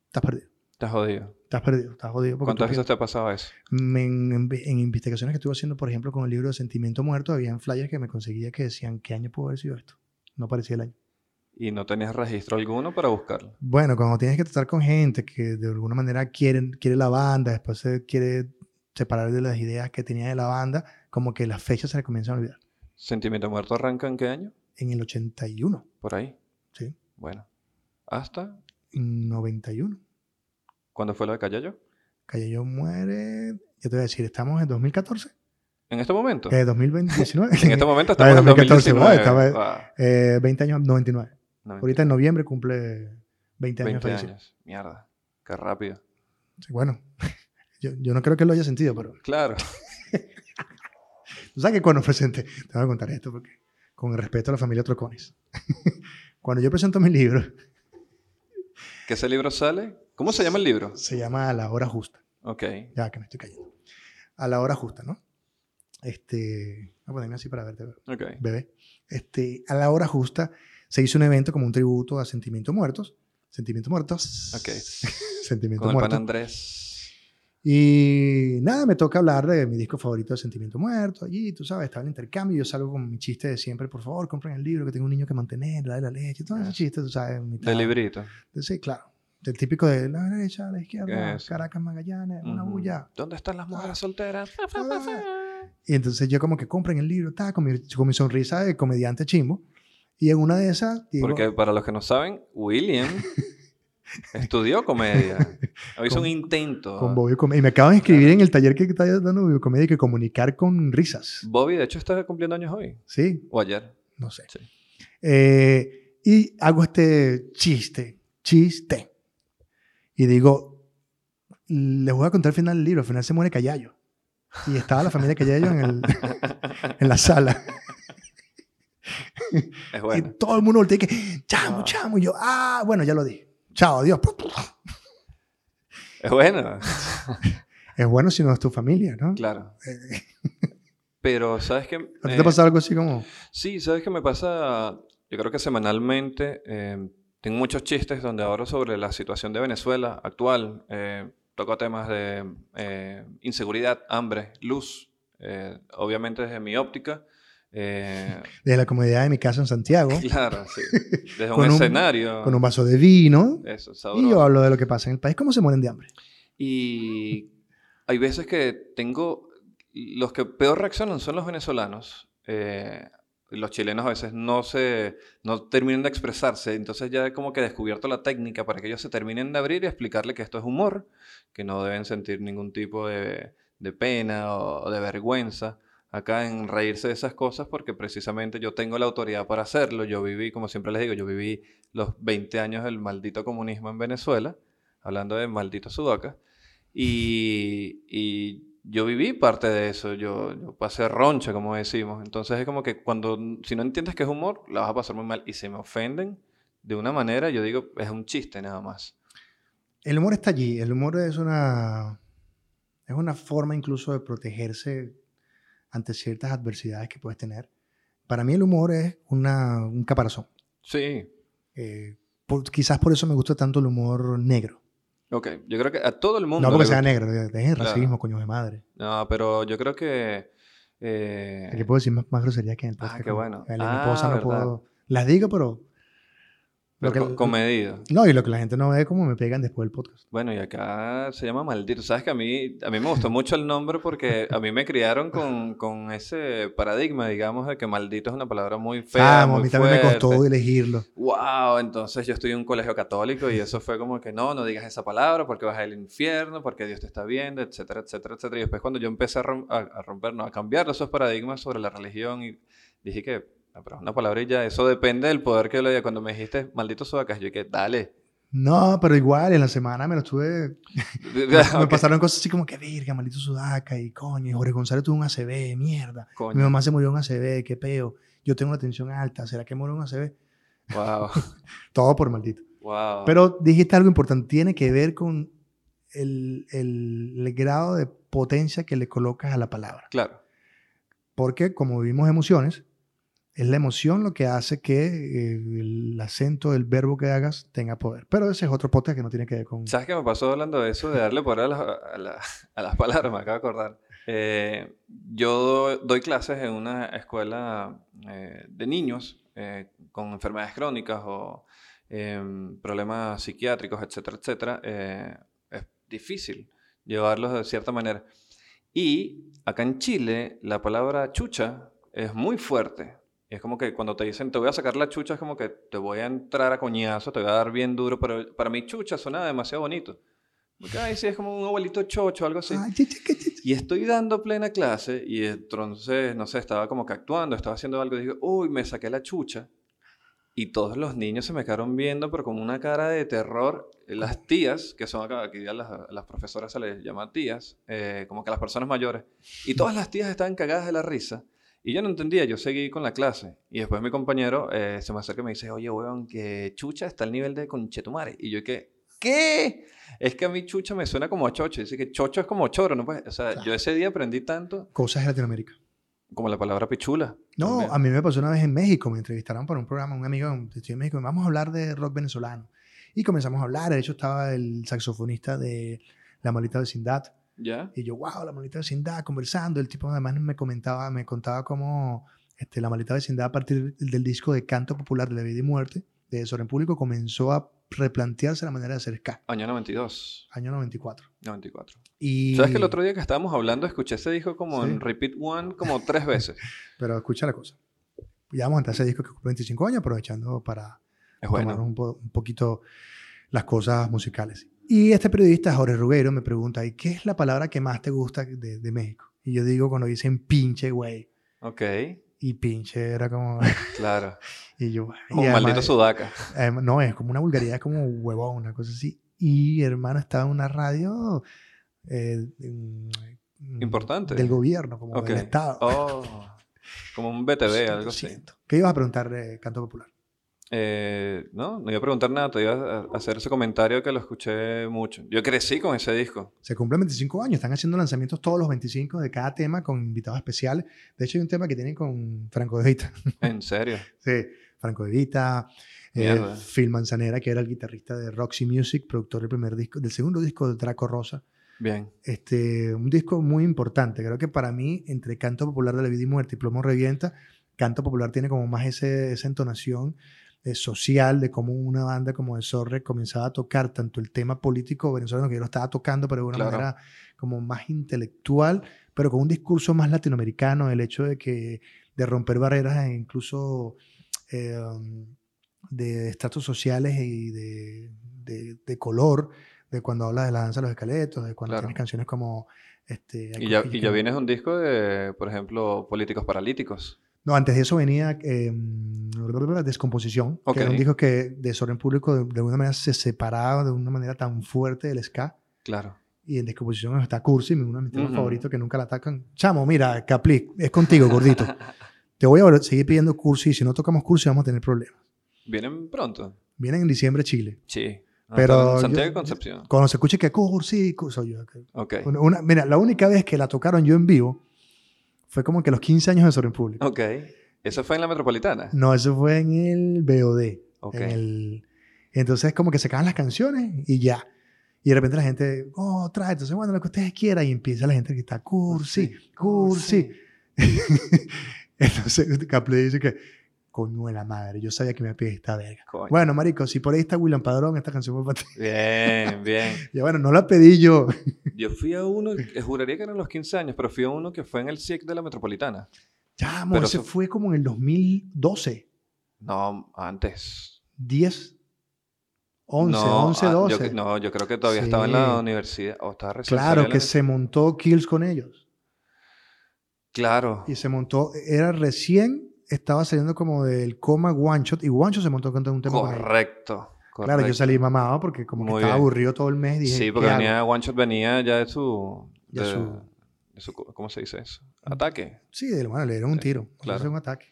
[SPEAKER 1] estás perdido.
[SPEAKER 2] Estás jodido.
[SPEAKER 1] Estás perdido, estás jodido. porque
[SPEAKER 2] ¿Cuántas
[SPEAKER 1] tú
[SPEAKER 2] veces te ha pasado eso?
[SPEAKER 1] me- en, en- en investigaciones que estuve haciendo, por ejemplo, con el libro de Sentimiento Muerto, había flyers que me conseguía que decían qué año pudo haber sido esto. No parecía el año.
[SPEAKER 2] Y no tenías registro alguno para buscarlo.
[SPEAKER 1] Bueno, cuando tienes que tratar con gente que de alguna manera quieren, quiere la banda, después se quiere separar de las ideas que tenía de la banda, como que las fechas se le comienzan a olvidar.
[SPEAKER 2] ¿Sentimiento muerto arranca en qué año?
[SPEAKER 1] En el 81,
[SPEAKER 2] Por ahí.
[SPEAKER 1] Sí.
[SPEAKER 2] Bueno. Hasta
[SPEAKER 1] en 91,
[SPEAKER 2] cuando fue lo de Callayo.
[SPEAKER 1] Calle Yo muere, yo te voy a decir, estamos en 2014,
[SPEAKER 2] En este momento.
[SPEAKER 1] eh, Ah, 2019,
[SPEAKER 2] *laughs* En este momento estamos en
[SPEAKER 1] 2014,
[SPEAKER 2] 2019.
[SPEAKER 1] ¿no? Estaba-
[SPEAKER 2] Ah,
[SPEAKER 1] eh, 20 años, 99.
[SPEAKER 2] no,
[SPEAKER 1] Ahorita en noviembre cumple 20 años.
[SPEAKER 2] 20
[SPEAKER 1] fallecido.
[SPEAKER 2] años. Mierda. Qué rápido.
[SPEAKER 1] Sí, Bueno, *laughs* yo, yo no creo que lo haya sentido, pero
[SPEAKER 2] Claro.
[SPEAKER 1] tú sabes que cuando presenté, te voy a contar esto porque con el respeto a la familia Trocones. *laughs* cuando yo presento mi libro,
[SPEAKER 2] ¿Que ese libro sale? ¿Cómo se llama el libro?
[SPEAKER 1] se llama A la hora justa.
[SPEAKER 2] Ok.
[SPEAKER 1] Ya que me estoy cayendo. A la hora justa, ¿no? Este, voy a ponerme así para verte,
[SPEAKER 2] Ok.
[SPEAKER 1] bebé. Este, a la hora justa se hizo un evento como un tributo a Sentimientos Muertos. Sentimientos Muertos. *laughs*
[SPEAKER 2] Ok.
[SPEAKER 1] Sentimientos
[SPEAKER 2] Con el pan
[SPEAKER 1] Muertos.
[SPEAKER 2] Andrés.
[SPEAKER 1] Y nada, me toca hablar de mi disco favorito de Sentimiento Muerto. Allí, tú sabes, estaba el intercambio. Yo salgo con mi chiste de siempre: por favor, compren el libro que tengo un niño que mantener, la de la leche, todo ese
[SPEAKER 2] Ah.
[SPEAKER 1] chiste, tú sabes. mitad.
[SPEAKER 2] Del librito.
[SPEAKER 1] Sí, claro. El típico de la derecha, la izquierda,
[SPEAKER 2] Eso.
[SPEAKER 1] Caracas, Magallanes, una
[SPEAKER 2] Ujú.
[SPEAKER 1] bulla. Ah.
[SPEAKER 2] ¿Dónde están las mujeres solteras?
[SPEAKER 1] Y entonces yo, como que compren el libro, ta, con, mi, con mi sonrisa de comediante chimbo. Y en una de esas, digo,
[SPEAKER 2] Porque para los que no saben,
[SPEAKER 1] *laughs*
[SPEAKER 2] William estudió comedia. O hizo
[SPEAKER 1] Con-
[SPEAKER 2] un intento.
[SPEAKER 1] con Bobby Com- Y me acaban de escribir en el taller que está dando Bobby Comedia que comunicar con risas.
[SPEAKER 2] Bobby, de hecho, está cumpliendo años hoy.
[SPEAKER 1] Sí,
[SPEAKER 2] O ayer.
[SPEAKER 1] no sé.
[SPEAKER 2] Sí.
[SPEAKER 1] Eh, y hago este chiste, chiste. Y digo, les voy a contar el final del libro, al final se muere Callayo. Y estaba la familia Callayo en,
[SPEAKER 2] *laughs*
[SPEAKER 1] el- en la sala.
[SPEAKER 2] Es bueno.
[SPEAKER 1] Y todo el mundo voltea y que, chamo,
[SPEAKER 2] Ah.
[SPEAKER 1] chamo. Y yo, ah, bueno, ya lo dije. Chao, adiós. *laughs*
[SPEAKER 2] Es bueno.
[SPEAKER 1] Es bueno si no es tu familia, ¿no?
[SPEAKER 2] Claro.
[SPEAKER 1] Eh,
[SPEAKER 2] Pero, ¿sabes qué?
[SPEAKER 1] ¿A ti
[SPEAKER 2] Eh,
[SPEAKER 1] te ha pasado algo así como?
[SPEAKER 2] Sí, ¿sabes qué me pasa? Yo creo que semanalmente eh, tengo muchos chistes donde hablo sobre la situación de Venezuela actual. Eh, toco temas de eh, inseguridad, hambre, luz. eh, obviamente desde mi óptica. eh,
[SPEAKER 1] Desde la comodidad de mi casa en Santiago,
[SPEAKER 2] claro, sí. Desde
[SPEAKER 1] Con
[SPEAKER 2] un
[SPEAKER 1] un-
[SPEAKER 2] escenario.
[SPEAKER 1] *laughs* con un vaso de vino.
[SPEAKER 2] Eso,
[SPEAKER 1] Y yo
[SPEAKER 2] sabroso.
[SPEAKER 1] hablo de lo que pasa en el país, cómo se mueren de hambre.
[SPEAKER 2] Y hay veces que tengo. Los que peor reaccionan son los venezolanos. eh, los chilenos a veces no se no terminan de expresarse, entonces ya he como que descubierto la técnica para que ellos se terminen de abrir y explicarle que esto es humor, que no deben sentir ningún tipo de, de pena o, o de vergüenza acá en reírse de esas cosas porque precisamente yo tengo la autoridad para hacerlo. Yo viví, como siempre les digo, yo viví los 20 años del maldito comunismo en Venezuela, hablando de maldito sudaca, y, y yo viví parte de eso, yo, yo pasé roncha, como decimos. Entonces es como que cuando, si no entiendes que es humor, la vas a pasar muy mal. Y se me ofenden de una manera, yo digo, es un chiste nada más.
[SPEAKER 1] El humor está allí. El humor es una, es una forma incluso de protegerse ante ciertas adversidades que puedes tener. Para mí el humor es una, un caparazón.
[SPEAKER 2] Sí,
[SPEAKER 1] Eh, por- quizás por eso me gusta tanto el humor negro.
[SPEAKER 2] ok. Yo creo que a todo el mundo...
[SPEAKER 1] No porque
[SPEAKER 2] le
[SPEAKER 1] sea
[SPEAKER 2] gusta-
[SPEAKER 1] negro, de- dejen el
[SPEAKER 2] Claro.
[SPEAKER 1] racismo, coño de madre.
[SPEAKER 2] No, pero yo creo que... eh,
[SPEAKER 1] Aquí puedo decir más, más grosería que en el
[SPEAKER 2] Ah,
[SPEAKER 1] podcast,
[SPEAKER 2] qué
[SPEAKER 1] ¿no?
[SPEAKER 2] bueno.
[SPEAKER 1] Dale, mi
[SPEAKER 2] Ah,
[SPEAKER 1] esposa no
[SPEAKER 2] verdad.
[SPEAKER 1] puedo- Las digo, pero...
[SPEAKER 2] pero
[SPEAKER 1] lo que-
[SPEAKER 2] co- comedido.
[SPEAKER 1] No, y lo que la gente no ve es cómo me pegan después del podcast.
[SPEAKER 2] Bueno, y acá se llama maldito. Sabes que a mí, a mí me gustó mucho el nombre porque a mí me criaron con, con ese paradigma, digamos, de que maldito es una palabra muy fea.
[SPEAKER 1] Ah, a
[SPEAKER 2] muy
[SPEAKER 1] mí también me costó
[SPEAKER 2] fuerte.
[SPEAKER 1] elegirlo.
[SPEAKER 2] Wow, entonces yo estudié en un colegio católico y eso fue como que no, no digas esa palabra porque vas al infierno, porque Dios te está viendo, etcétera, etcétera, etcétera. Y después cuando yo empecé a, rom- a- a romper, no, a cambiar esos paradigmas sobre la religión y dije que, "Ah, pero es una palabrilla, eso depende del poder que le dé. Cuando me dijiste, maldito sudacas, yo dije, dale.
[SPEAKER 1] No, pero igual, en la semana me lo
[SPEAKER 2] *laughs*
[SPEAKER 1] estuve *laughs* Me
[SPEAKER 2] Ok,
[SPEAKER 1] pasaron cosas así como que, verga, maldito sudaca, y coño, y Jorge González tuvo un ACV, mierda. Mi
[SPEAKER 2] coño,
[SPEAKER 1] mamá se murió de un ACV, qué peo. Yo tengo la tensión alta, ¿será que muero de un ACV?
[SPEAKER 2] wow,
[SPEAKER 1] Todo por maldito.
[SPEAKER 2] wow.
[SPEAKER 1] Pero dijiste algo importante, tiene que ver con el, el- el grado de potencia que le colocas a la palabra.
[SPEAKER 2] claro,
[SPEAKER 1] Porque como vivimos emociones, es la emoción lo que hace que eh, el acento del verbo que hagas tenga poder. Pero ese es otro podcast que no tiene que ver con...
[SPEAKER 2] ¿Sabes qué me pasó hablando de eso, de darle poder a, las- a la- *laughs* a las palabras? Me acabo de acordar. Eh, yo do- doy clases en una escuela eh, de niños eh, con enfermedades crónicas o em, problemas psiquiátricos, etcétera, etcétera. Eh, es difícil llevarlos de cierta manera. Y acá en Chile la palabra chucha es muy fuerte. Y es como que cuando te dicen te voy a sacar la chucha, es como que te voy a entrar a coñazo, te voy a dar bien duro, pero para mí chucha suena demasiado bonito. Porque ay, sí, es como un abuelito chocho, algo así.
[SPEAKER 1] Ay, chi, chi, chi, chi.
[SPEAKER 2] Y estoy dando plena clase y entonces, no sé, estaba como que actuando, estaba haciendo algo y digo, uy, me saqué la chucha. Y todos los niños se me quedaron viendo, pero con una cara de terror. Las tías, que son acá, aquí a las, a las profesoras se les llama tías, eh, como que a las personas mayores. Y todas las tías estaban cagadas de la risa. Y yo no entendía, yo seguí con la clase. Y después mi compañero eh, se me acerca y me dice, oye, weón, que chucha está al nivel de conchetumare. Y yo que, ¿qué? Es que a mí chucha me suena como a chocho. Dice que chocho es como choro, ¿no? Pues, o sea,
[SPEAKER 1] Claro.
[SPEAKER 2] yo ese día aprendí tanto
[SPEAKER 1] Cosas de Latinoamérica.
[SPEAKER 2] como la palabra pichula.
[SPEAKER 1] No,
[SPEAKER 2] también.
[SPEAKER 1] a mí me pasó una vez en México, me entrevistaron para un programa, un amigo de estoy en México, vamos a hablar de rock venezolano. Y comenzamos a hablar, de hecho estaba el saxofonista de La Maldita Vecindad,
[SPEAKER 2] ¿Ya?
[SPEAKER 1] y yo, wow, La Maldita Vecindad, conversando, el tipo además me comentaba, me contaba cómo este, La Maldita Vecindad a partir del disco de canto popular de la vida y muerte, de Desorden Público, comenzó a replantearse la manera de hacer ska,
[SPEAKER 2] Año 92,
[SPEAKER 1] año 94.
[SPEAKER 2] 94.
[SPEAKER 1] Y,
[SPEAKER 2] ¿Sabes que el otro día que estábamos hablando escuché ese disco como
[SPEAKER 1] Sí.
[SPEAKER 2] en repeat one como tres veces?
[SPEAKER 1] Pero escucha la cosa. Ya vamos a entrar a ese disco que cumple 25 años, aprovechando para...
[SPEAKER 2] Es
[SPEAKER 1] tomar
[SPEAKER 2] bueno.
[SPEAKER 1] un, po- un poquito las cosas musicales. Y este periodista, Jorge Ruguero, me pregunta, ¿y qué es la palabra que más te gusta de, de México? Y yo digo cuando dicen pinche, güey.
[SPEAKER 2] Ok,
[SPEAKER 1] Y pinche era como...
[SPEAKER 2] claro.
[SPEAKER 1] y yo, y
[SPEAKER 2] Como un
[SPEAKER 1] además-
[SPEAKER 2] maldito sudaca.
[SPEAKER 1] además- No, es como una vulgaridad, es como huevón, una cosa así. Y hermano, estaba en una radio... eh, mm,
[SPEAKER 2] Importante.
[SPEAKER 1] Del gobierno, como
[SPEAKER 2] Ok.
[SPEAKER 1] del Estado.
[SPEAKER 2] Oh, como un
[SPEAKER 1] Lo
[SPEAKER 2] BTV,
[SPEAKER 1] siento,
[SPEAKER 2] algo
[SPEAKER 1] lo
[SPEAKER 2] así.
[SPEAKER 1] siento. ¿Qué ibas a preguntar, eh, Canto Popular?
[SPEAKER 2] Eh, no, no iba a preguntar nada, te iba a a hacer ese comentario que lo escuché mucho. Yo crecí con ese disco.
[SPEAKER 1] Se cumplen 25 años, están haciendo lanzamientos todos los 25 de cada tema con invitados especiales. De hecho, hay un tema que tienen con Franco De Vita. *laughs*
[SPEAKER 2] En serio.
[SPEAKER 1] Sí, Franco De Vita, eh,
[SPEAKER 2] Mierda.
[SPEAKER 1] Phil Manzanera, que era el guitarrista de Roxy Music, productor del primer disco, del segundo disco de Draco Rosa.
[SPEAKER 2] Bien.
[SPEAKER 1] Este, un disco muy importante. Creo que para mí, entre Canto Popular de la Vida y Muerte y Plomo Revienta, Canto Popular tiene como más ese- esa entonación eh, social de cómo una banda como Desorre comenzaba a tocar tanto el tema político venezolano, que yo lo estaba tocando, pero de una
[SPEAKER 2] Claro.
[SPEAKER 1] manera como más intelectual, pero con un discurso más latinoamericano, el hecho de que de romper barreras e incluso eh, um, de estatus sociales y de, de- de color, de cuando hablas de la danza de los esqueletos, de cuando
[SPEAKER 2] Claro.
[SPEAKER 1] tienes canciones como... Este,
[SPEAKER 2] Y ya,
[SPEAKER 1] Alcohólicas.
[SPEAKER 2] y ya vienes de un disco de, por ejemplo, Políticos Paralíticos.
[SPEAKER 1] No, antes de eso venía eh, Descomposición,
[SPEAKER 2] Ok.
[SPEAKER 1] que era un disco que Desorden Público de, de alguna manera se separaba de una manera tan fuerte del ska.
[SPEAKER 2] Claro.
[SPEAKER 1] Y en Descomposición está Cursi, uno de mis temas
[SPEAKER 2] Ujú.
[SPEAKER 1] favoritos que nunca la atacan. Chamo, mira, Capli, es contigo,
[SPEAKER 2] *laughs*
[SPEAKER 1] gordito. Te voy a vol- seguir pidiendo Cursi y si no tocamos Cursi vamos a tener problemas.
[SPEAKER 2] Vienen pronto.
[SPEAKER 1] Vienen en diciembre a Chile.
[SPEAKER 2] Sí. Ah,
[SPEAKER 1] Pero
[SPEAKER 2] están en Santiago
[SPEAKER 1] yo-
[SPEAKER 2] y Concepción.
[SPEAKER 1] Cuando se escuche que Cursi, Cursi, soy yo. que-
[SPEAKER 2] Ok.
[SPEAKER 1] una- una- mira, la única vez que la tocaron yo en vivo fue como que a los 15 años de Desorden Público.
[SPEAKER 2] Ok. Eso fue en la Metropolitana.
[SPEAKER 1] No, eso fue en el BOD.
[SPEAKER 2] Ok.
[SPEAKER 1] en el- entonces como que se acaban las canciones y ya. Y de repente la gente, oh, trae, entonces bueno, lo que ustedes quieran. Y empieza la gente que está cursi, cursi. entonces *laughs* Caple dice que, coño de la madre, yo sabía que me iba a pedir esta verga.
[SPEAKER 2] Coño.
[SPEAKER 1] Bueno, marico, si por ahí está William Padrón, esta canción fue para ti. *laughs*
[SPEAKER 2] Bien, bien.
[SPEAKER 1] Y bueno, no la pedí yo.
[SPEAKER 2] Yo fui a uno, eh, juraría que eran los 15 años, pero fui a uno que fue en el SIEC de la Metropolitana.
[SPEAKER 1] Chamo,
[SPEAKER 2] Pero
[SPEAKER 1] ese
[SPEAKER 2] eso-
[SPEAKER 1] fue como en el 2012,
[SPEAKER 2] No, antes.
[SPEAKER 1] 10, 11,
[SPEAKER 2] no,
[SPEAKER 1] 11,
[SPEAKER 2] ah, yo
[SPEAKER 1] 12.
[SPEAKER 2] que- no, yo creo que todavía
[SPEAKER 1] Sí.
[SPEAKER 2] estaba en la universidad. O estaba recién
[SPEAKER 1] claro,
[SPEAKER 2] salido de
[SPEAKER 1] que
[SPEAKER 2] la
[SPEAKER 1] se montó Kills con ellos.
[SPEAKER 2] uni- Claro.
[SPEAKER 1] y se montó, era recién, estaba saliendo como del coma One Shot y One Shot se montó cantando un tema. con él.
[SPEAKER 2] Correcto.
[SPEAKER 1] Claro, yo
[SPEAKER 2] correcto.
[SPEAKER 1] salí mamado porque como que
[SPEAKER 2] Muy
[SPEAKER 1] estaba
[SPEAKER 2] bien.
[SPEAKER 1] aburrido todo el mes. Dije,
[SPEAKER 2] Sí, porque
[SPEAKER 1] "¿Qué hago?".
[SPEAKER 2] venía, One Shot venía ya de su.
[SPEAKER 1] De
[SPEAKER 2] De,
[SPEAKER 1] su-
[SPEAKER 2] de su- ¿Cómo se dice eso? Ataque.
[SPEAKER 1] Sí, de- bueno, le dieron un tiro. le
[SPEAKER 2] claro.
[SPEAKER 1] hicieron un ataque.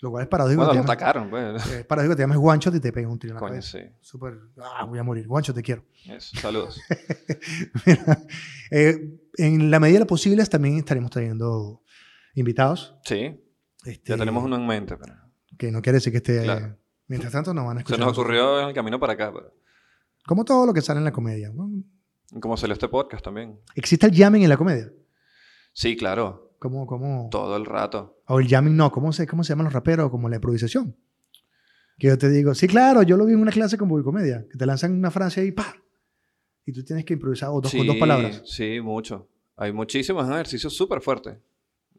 [SPEAKER 1] Lo cual es paradójico.
[SPEAKER 2] Bueno,
[SPEAKER 1] que
[SPEAKER 2] lo
[SPEAKER 1] te llamen-
[SPEAKER 2] atacaron, pues.
[SPEAKER 1] eh, es paradójico que te llames One Shot y te peguen un tiro en la
[SPEAKER 2] Coño,
[SPEAKER 1] cabeza.
[SPEAKER 2] sí.
[SPEAKER 1] Súper, ah, voy a morir. One Shot, te quiero.
[SPEAKER 2] Eso,
[SPEAKER 1] *laughs*
[SPEAKER 2] Saludos.
[SPEAKER 1] Mira, eh, en la medida de lo posible también estaremos trayendo invitados.
[SPEAKER 2] Sí,
[SPEAKER 1] este,
[SPEAKER 2] ya tenemos uno en mente. pero-
[SPEAKER 1] Que no quiere decir que esté...
[SPEAKER 2] Claro.
[SPEAKER 1] Mientras tanto nos van a
[SPEAKER 2] Se
[SPEAKER 1] escuchar.
[SPEAKER 2] nos ocurrió en el camino para acá. pero-
[SPEAKER 1] Como todo lo que sale en la comedia. ¿no?
[SPEAKER 2] Como salió este podcast también.
[SPEAKER 1] ¿Existe el jamming en la comedia?
[SPEAKER 2] Sí, claro,
[SPEAKER 1] Como, como,
[SPEAKER 2] todo el rato.
[SPEAKER 1] o el jamming no, ¿cómo se, ¿cómo se llaman los raperos? Como la improvisación. Que yo te digo, sí, claro, yo lo vi en una clase con comedia, que te lanzan una frase y ¡pa! Y tú tienes que improvisar o dos, con dos
[SPEAKER 2] Sí,
[SPEAKER 1] palabras.
[SPEAKER 2] Sí, mucho. Hay muchísimos es un ejercicio súper fuerte.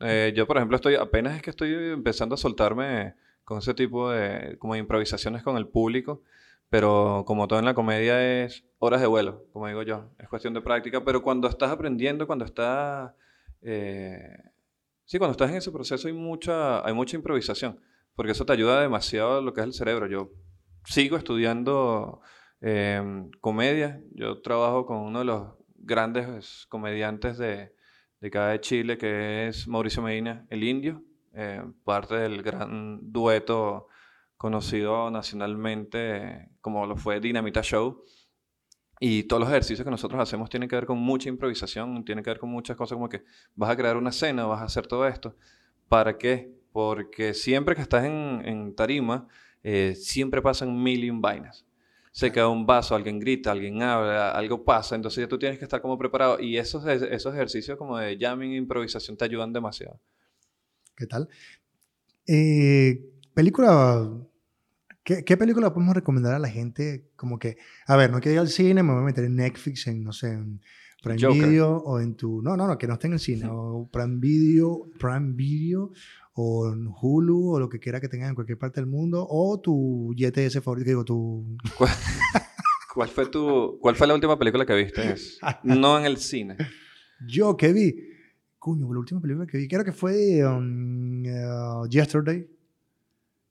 [SPEAKER 2] Eh, yo, por ejemplo, estoy apenas es que estoy empezando a soltarme con ese tipo de como de improvisaciones con el público, pero como todo en la comedia es horas de vuelo, como digo yo, es cuestión de práctica, pero cuando estás aprendiendo, cuando estás... eh, sí, cuando estás en ese proceso hay mucha, hay mucha improvisación, porque eso te ayuda demasiado a lo que es el cerebro. Yo sigo estudiando eh, comedia, yo trabajo con uno de los grandes comediantes de, de acá de Chile, que es Mauricio Medina, el indio, eh, parte del gran dueto conocido nacionalmente como lo fue Dinamita Show. Y todos los ejercicios que nosotros hacemos tienen que ver con mucha improvisación, tienen que ver con muchas cosas como que vas a crear una escena, vas a hacer todo esto. ¿Para qué? Porque siempre que estás en, en tarima, eh, siempre pasan mil y un vainas. Se cae un vaso, alguien grita, alguien habla, algo pasa, entonces ya tú tienes que estar como preparado. Y esos, ej- esos ejercicios como de jamming e improvisación te ayudan demasiado.
[SPEAKER 1] ¿Qué tal? Eh, película. ¿qué, qué película podemos recomendar a la gente? Como que, a ver, no quiero ir al cine, me voy a meter en Netflix, en, no sé, en Prime
[SPEAKER 2] Joker.
[SPEAKER 1] Video o en tu. No, no, no, que no esté en el cine. O Prime Video, Prime Video, o en Hulu, o lo que quiera que tengas en cualquier parte del mundo, o tu YTS favorito, que digo, tu.
[SPEAKER 2] ¿Cuál fue, tu, ¿Cuál fue la última película que viste? No en el cine.
[SPEAKER 1] Yo que vi. Coño, la última película que vi, creo que fue um, eh, Yesterday.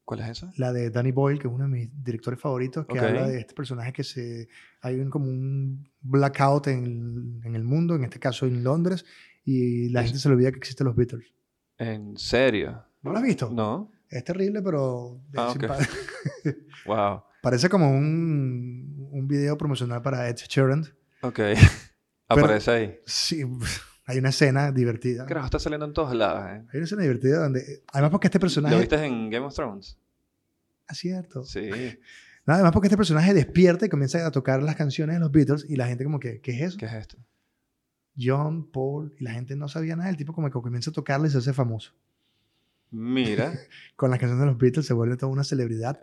[SPEAKER 2] ¿Cuál es esa?
[SPEAKER 1] la de Danny Boyle, que es uno de mis directores favoritos, que
[SPEAKER 2] Ok.
[SPEAKER 1] habla de este personaje que se... Hay un, como un blackout en, en el mundo, en este caso en Londres, y la
[SPEAKER 2] Es-
[SPEAKER 1] gente se le olvida que existen los Beatles.
[SPEAKER 2] ¿En serio?
[SPEAKER 1] ¿No lo has visto?
[SPEAKER 2] No.
[SPEAKER 1] Es terrible, pero es
[SPEAKER 2] Ah, ok.
[SPEAKER 1] simpa-
[SPEAKER 2] Wow.
[SPEAKER 1] parece como un, un video promocional para Ed Sheeran.
[SPEAKER 2] Ok. *laughs* Aparece ahí.
[SPEAKER 1] Sí, *laughs* hay una escena divertida.
[SPEAKER 2] Carajo, está saliendo en todos lados. ¿eh?
[SPEAKER 1] Hay una escena divertida donde... Además porque este
[SPEAKER 2] ¿Lo
[SPEAKER 1] personaje...
[SPEAKER 2] viste en Game of Thrones?
[SPEAKER 1] Ah, cierto.
[SPEAKER 2] Sí.
[SPEAKER 1] No, además porque este personaje despierta y comienza a tocar las canciones de los Beatles y la gente como que, ¿qué es eso?
[SPEAKER 2] ¿Qué es esto?
[SPEAKER 1] John, Paul, y la gente no sabía nada. El tipo como que comienza a tocarle y se hace famoso.
[SPEAKER 2] Mira,
[SPEAKER 1] Con las canciones de los Beatles se vuelve toda una celebridad.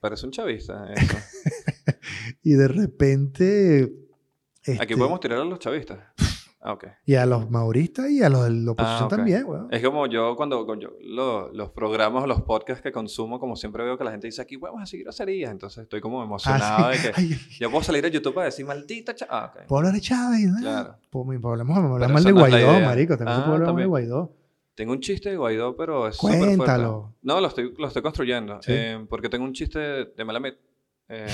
[SPEAKER 2] parece un chavista. eh, Eso.
[SPEAKER 1] Y de repente...
[SPEAKER 2] Aquí
[SPEAKER 1] este,
[SPEAKER 2] podemos tirar a los chavistas. Ah, ok.
[SPEAKER 1] Y a los maoristas y a los de la oposición
[SPEAKER 2] Ah, ok. Eh,
[SPEAKER 1] también, weón.
[SPEAKER 2] Es como yo cuando con yo, lo- los programas o los podcasts que consumo, como siempre veo que la gente dice aquí vamos a seguir groserías. Entonces estoy como emocionado
[SPEAKER 1] Ah, sí.
[SPEAKER 2] de que
[SPEAKER 1] Ay, ay,
[SPEAKER 2] yo puedo salir a YouTube para decir maldita cha-". Ah, ok.
[SPEAKER 1] puedo hablar de Chávez. ¿no? Pues,
[SPEAKER 2] Claro.
[SPEAKER 1] Puedo- puedo- hablamos- hablamos
[SPEAKER 2] Pero
[SPEAKER 1] mal
[SPEAKER 2] esa
[SPEAKER 1] de
[SPEAKER 2] no es la
[SPEAKER 1] Guaidó,
[SPEAKER 2] idea.
[SPEAKER 1] marico. También se
[SPEAKER 2] Ah,
[SPEAKER 1] puede hablar mal de
[SPEAKER 2] también.
[SPEAKER 1] Guaidó.
[SPEAKER 2] Tengo un chiste de Guaidó, pero es súper fuerte.
[SPEAKER 1] Cuéntalo.
[SPEAKER 2] No, lo estoy, lo estoy construyendo.
[SPEAKER 1] Sí.
[SPEAKER 2] eh, porque tengo un chiste de Malamet. Eh,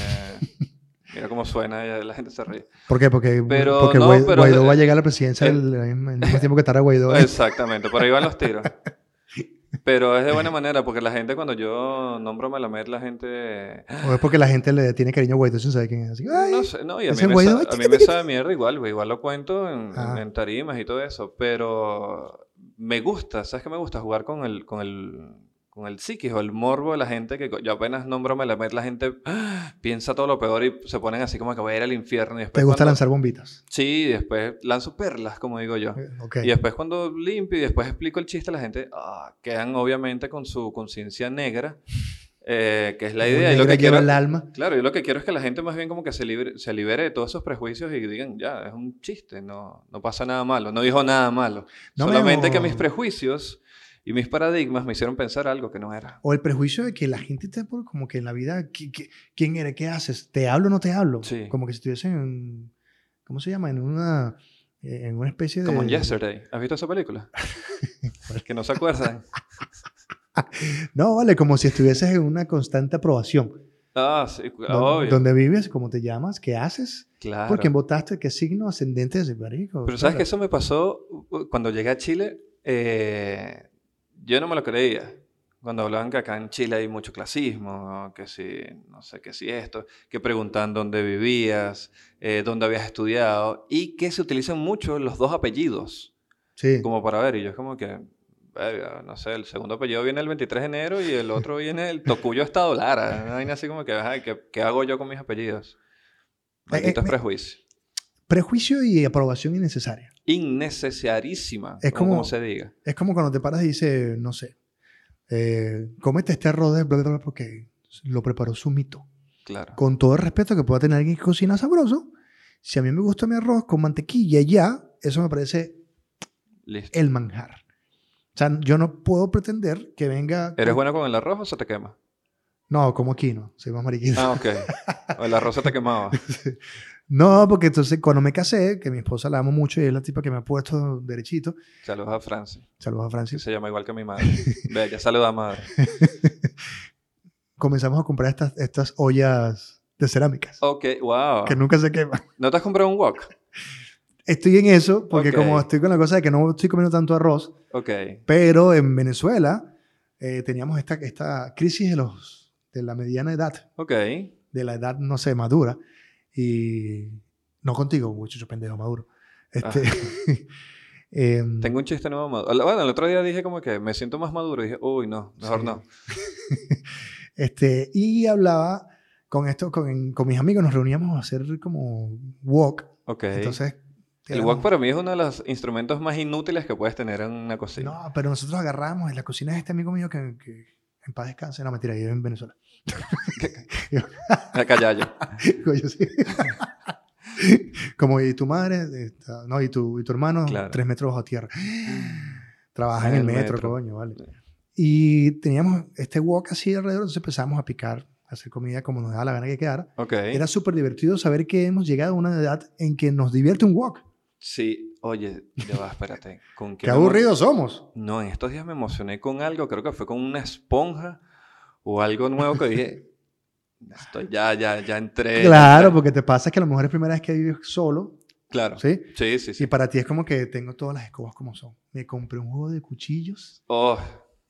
[SPEAKER 2] mira cómo suena, ya la gente se ríe.
[SPEAKER 1] ¿Por qué? Porque,
[SPEAKER 2] Pero
[SPEAKER 1] porque
[SPEAKER 2] no,
[SPEAKER 1] Guai-
[SPEAKER 2] pero-
[SPEAKER 1] Guaidó va a llegar a la presidencia
[SPEAKER 2] Eh. pues,
[SPEAKER 1] el, al mismo- al mismo tiempo que estará Guaidó.
[SPEAKER 2] Exactamente, por ahí van
[SPEAKER 1] *laughs*
[SPEAKER 2] los tiros. Pero es de buena manera, porque la gente cuando yo nombro a Malamet, la gente...
[SPEAKER 1] O es porque la gente le tiene cariño a Guaidó sin saber quién es. Así que, ay,
[SPEAKER 2] No sé, no, y a mí,
[SPEAKER 1] ese
[SPEAKER 2] me,
[SPEAKER 1] güey,
[SPEAKER 2] sa-
[SPEAKER 1] ay,
[SPEAKER 2] a mí
[SPEAKER 1] tic,
[SPEAKER 2] me
[SPEAKER 1] tic,
[SPEAKER 2] sabe mierda igual, güey, igual lo cuento en,
[SPEAKER 1] Ah.
[SPEAKER 2] en tarimas y todo eso, pero me gusta, ¿sabes qué me gusta? Jugar con el, con el, con el psiquis o el morbo de la gente, que co- yo apenas nombro a Melamed, la gente *gasps* ¡ah! piensa todo lo peor y se ponen así como que voy a ir al infierno. Y después
[SPEAKER 1] ¿Te gusta
[SPEAKER 2] cuando-
[SPEAKER 1] lanzar bombitas?
[SPEAKER 2] Sí, y después lanzo perlas, como digo yo.
[SPEAKER 1] Eh, Ok.
[SPEAKER 2] Y después cuando limpio y después explico el chiste, la gente ah, quedan obviamente con su conciencia negra, eh, que es la
[SPEAKER 1] Muy
[SPEAKER 2] idea. Y lo
[SPEAKER 1] negra
[SPEAKER 2] que
[SPEAKER 1] lleva
[SPEAKER 2] quiero,
[SPEAKER 1] el alma.
[SPEAKER 2] Claro, yo lo que quiero es que la gente más bien como que se libre, se libere de todos esos prejuicios y digan, ya, es un chiste, no, no pasa nada malo, no dijo nada malo.
[SPEAKER 1] No me
[SPEAKER 2] Solamente que
[SPEAKER 1] mo-
[SPEAKER 2] mis prejuicios y mis paradigmas me hicieron pensar algo que no era.
[SPEAKER 1] O el prejuicio de que la gente te por como que en la vida, ¿qui- qui- ¿quién eres? ¿Qué haces? ¿Te hablo o no te hablo?
[SPEAKER 2] Sí.
[SPEAKER 1] Como que si estuviesen en, ¿cómo se llama? En una, eh, en una especie de...
[SPEAKER 2] Como en Yesterday. ¿Has visto
[SPEAKER 1] *laughs*
[SPEAKER 2] esa película? que no se acuerdan.
[SPEAKER 1] No, vale, como si estuvieses en una constante aprobación.
[SPEAKER 2] Ah, sí, cu-
[SPEAKER 1] Don-
[SPEAKER 2] obvio.
[SPEAKER 1] Donde vives, cómo te llamas, qué haces,
[SPEAKER 2] Claro.
[SPEAKER 1] por quién votaste, qué signo ascendente es, marico.
[SPEAKER 2] Pero sabes que
[SPEAKER 1] Pues claro.
[SPEAKER 2] eso me pasó uh, cuando llegué a Chile. eh, yo no me lo creía. Cuando hablaban que acá en Chile hay mucho clasismo, ¿no? que si, no sé, que si esto, que preguntan dónde vivías, eh, dónde habías estudiado, y que se utilizan mucho los dos apellidos
[SPEAKER 1] Sí.
[SPEAKER 2] como para ver. Y yo es como que, verga, no sé, el segundo apellido viene el 23 de enero y el otro viene el Tocuyo Estado Lara. Una vaina así como que, ay, ¿qué, qué hago yo con mis apellidos? Maldito
[SPEAKER 1] eh, me-
[SPEAKER 2] prejuicio.
[SPEAKER 1] Prejuicio y aprobación innecesaria.
[SPEAKER 2] Innecesarísima.
[SPEAKER 1] Es
[SPEAKER 2] Es
[SPEAKER 1] como-
[SPEAKER 2] como, se diga.
[SPEAKER 1] Es como cuando te paras y dices, no sé, eh, cómete este arroz de bla, bla, bla, porque lo preparó su mito.
[SPEAKER 2] Claro.
[SPEAKER 1] Con todo el respeto que pueda tener alguien que cocina sabroso, si a mí me gusta mi arroz con mantequilla y ya, eso me parece
[SPEAKER 2] Listo.
[SPEAKER 1] el manjar. O sea, yo no puedo pretender que venga...
[SPEAKER 2] ¿Eres bueno con el arroz o se
[SPEAKER 1] *laughs*
[SPEAKER 2] te quema?
[SPEAKER 1] No, como aquí no, soy más mariquita.
[SPEAKER 2] Ah, ok. O el arroz se te quemaba.
[SPEAKER 1] No, porque entonces cuando me casé, que mi esposa la amo mucho y es la tipa que me ha puesto derechito,
[SPEAKER 2] Saludos a Francis,
[SPEAKER 1] saludos a
[SPEAKER 2] que
[SPEAKER 1] Francis,
[SPEAKER 2] se llama igual que
[SPEAKER 1] *laughs*
[SPEAKER 2] mi madre. Bella, saluda a madre.
[SPEAKER 1] comenzamos a comprar estas, estas ollas de cerámicas
[SPEAKER 2] Ok, wow.
[SPEAKER 1] que nunca se queman.
[SPEAKER 2] ¿No te has comprado un wok?
[SPEAKER 1] Estoy en eso, porque
[SPEAKER 2] Ok.
[SPEAKER 1] como estoy con la cosa de que no estoy comiendo tanto arroz,
[SPEAKER 2] Ok.
[SPEAKER 1] pero en Venezuela eh, teníamos esta, esta crisis de, los, de la mediana edad,
[SPEAKER 2] Ok.
[SPEAKER 1] de la edad, no sé, madura. Y no contigo, muchacho pendejo maduro. Este, *laughs* em,
[SPEAKER 2] Tengo un chiste nuevo. maduro. Al- Bueno, el otro día dije como que me siento más maduro. Y dije, uy, no, mejor
[SPEAKER 1] Sí.
[SPEAKER 2] no.
[SPEAKER 1] este, y hablaba con esto, con, con mis amigos, nos reuníamos a hacer como walk.
[SPEAKER 2] Ok.
[SPEAKER 1] Entonces,
[SPEAKER 2] el
[SPEAKER 1] éramos-
[SPEAKER 2] wok para mí es uno de los instrumentos más inútiles que puedes tener en una cocina. *laughs*
[SPEAKER 1] No, pero nosotros agarramos en la cocina de este amigo mío que, que en paz descanse, no mentira, vive en Venezuela.
[SPEAKER 2] Ah, Callayo.
[SPEAKER 1] *laughs* Digo, yo sí. Como, y tu madre, Está- no, y tu, y tu hermano,
[SPEAKER 2] Claro.
[SPEAKER 1] tres metros bajo tierra. Trabaja en el
[SPEAKER 2] En el
[SPEAKER 1] metro,
[SPEAKER 2] metro.
[SPEAKER 1] coño, vale.
[SPEAKER 2] Sí.
[SPEAKER 1] Y teníamos este wok así alrededor, entonces empezamos a picar, a hacer comida como nos daba la gana que quedara.
[SPEAKER 2] Ok.
[SPEAKER 1] Era súper divertido saber que hemos llegado a una edad en que nos divierte un wok.
[SPEAKER 2] Sí, oye, ya va, espérate.
[SPEAKER 1] *laughs*
[SPEAKER 2] ¿Con
[SPEAKER 1] Qué,
[SPEAKER 2] me mo-
[SPEAKER 1] aburridos somos.
[SPEAKER 2] No, en estos días me emocioné con algo, creo que fue con una esponja o algo nuevo que dije, estoy, ya, ya, ya entré. ya
[SPEAKER 1] Claro,
[SPEAKER 2] entré".
[SPEAKER 1] porque te pasa que a lo mejor es la primera vez que vives solo,
[SPEAKER 2] Claro. Sí,
[SPEAKER 1] ¿sí?
[SPEAKER 2] sí, Ah. sí.
[SPEAKER 1] Y para ti es como que tengo todas las escobas como son. Me compré un juego de cuchillos.
[SPEAKER 2] Oh,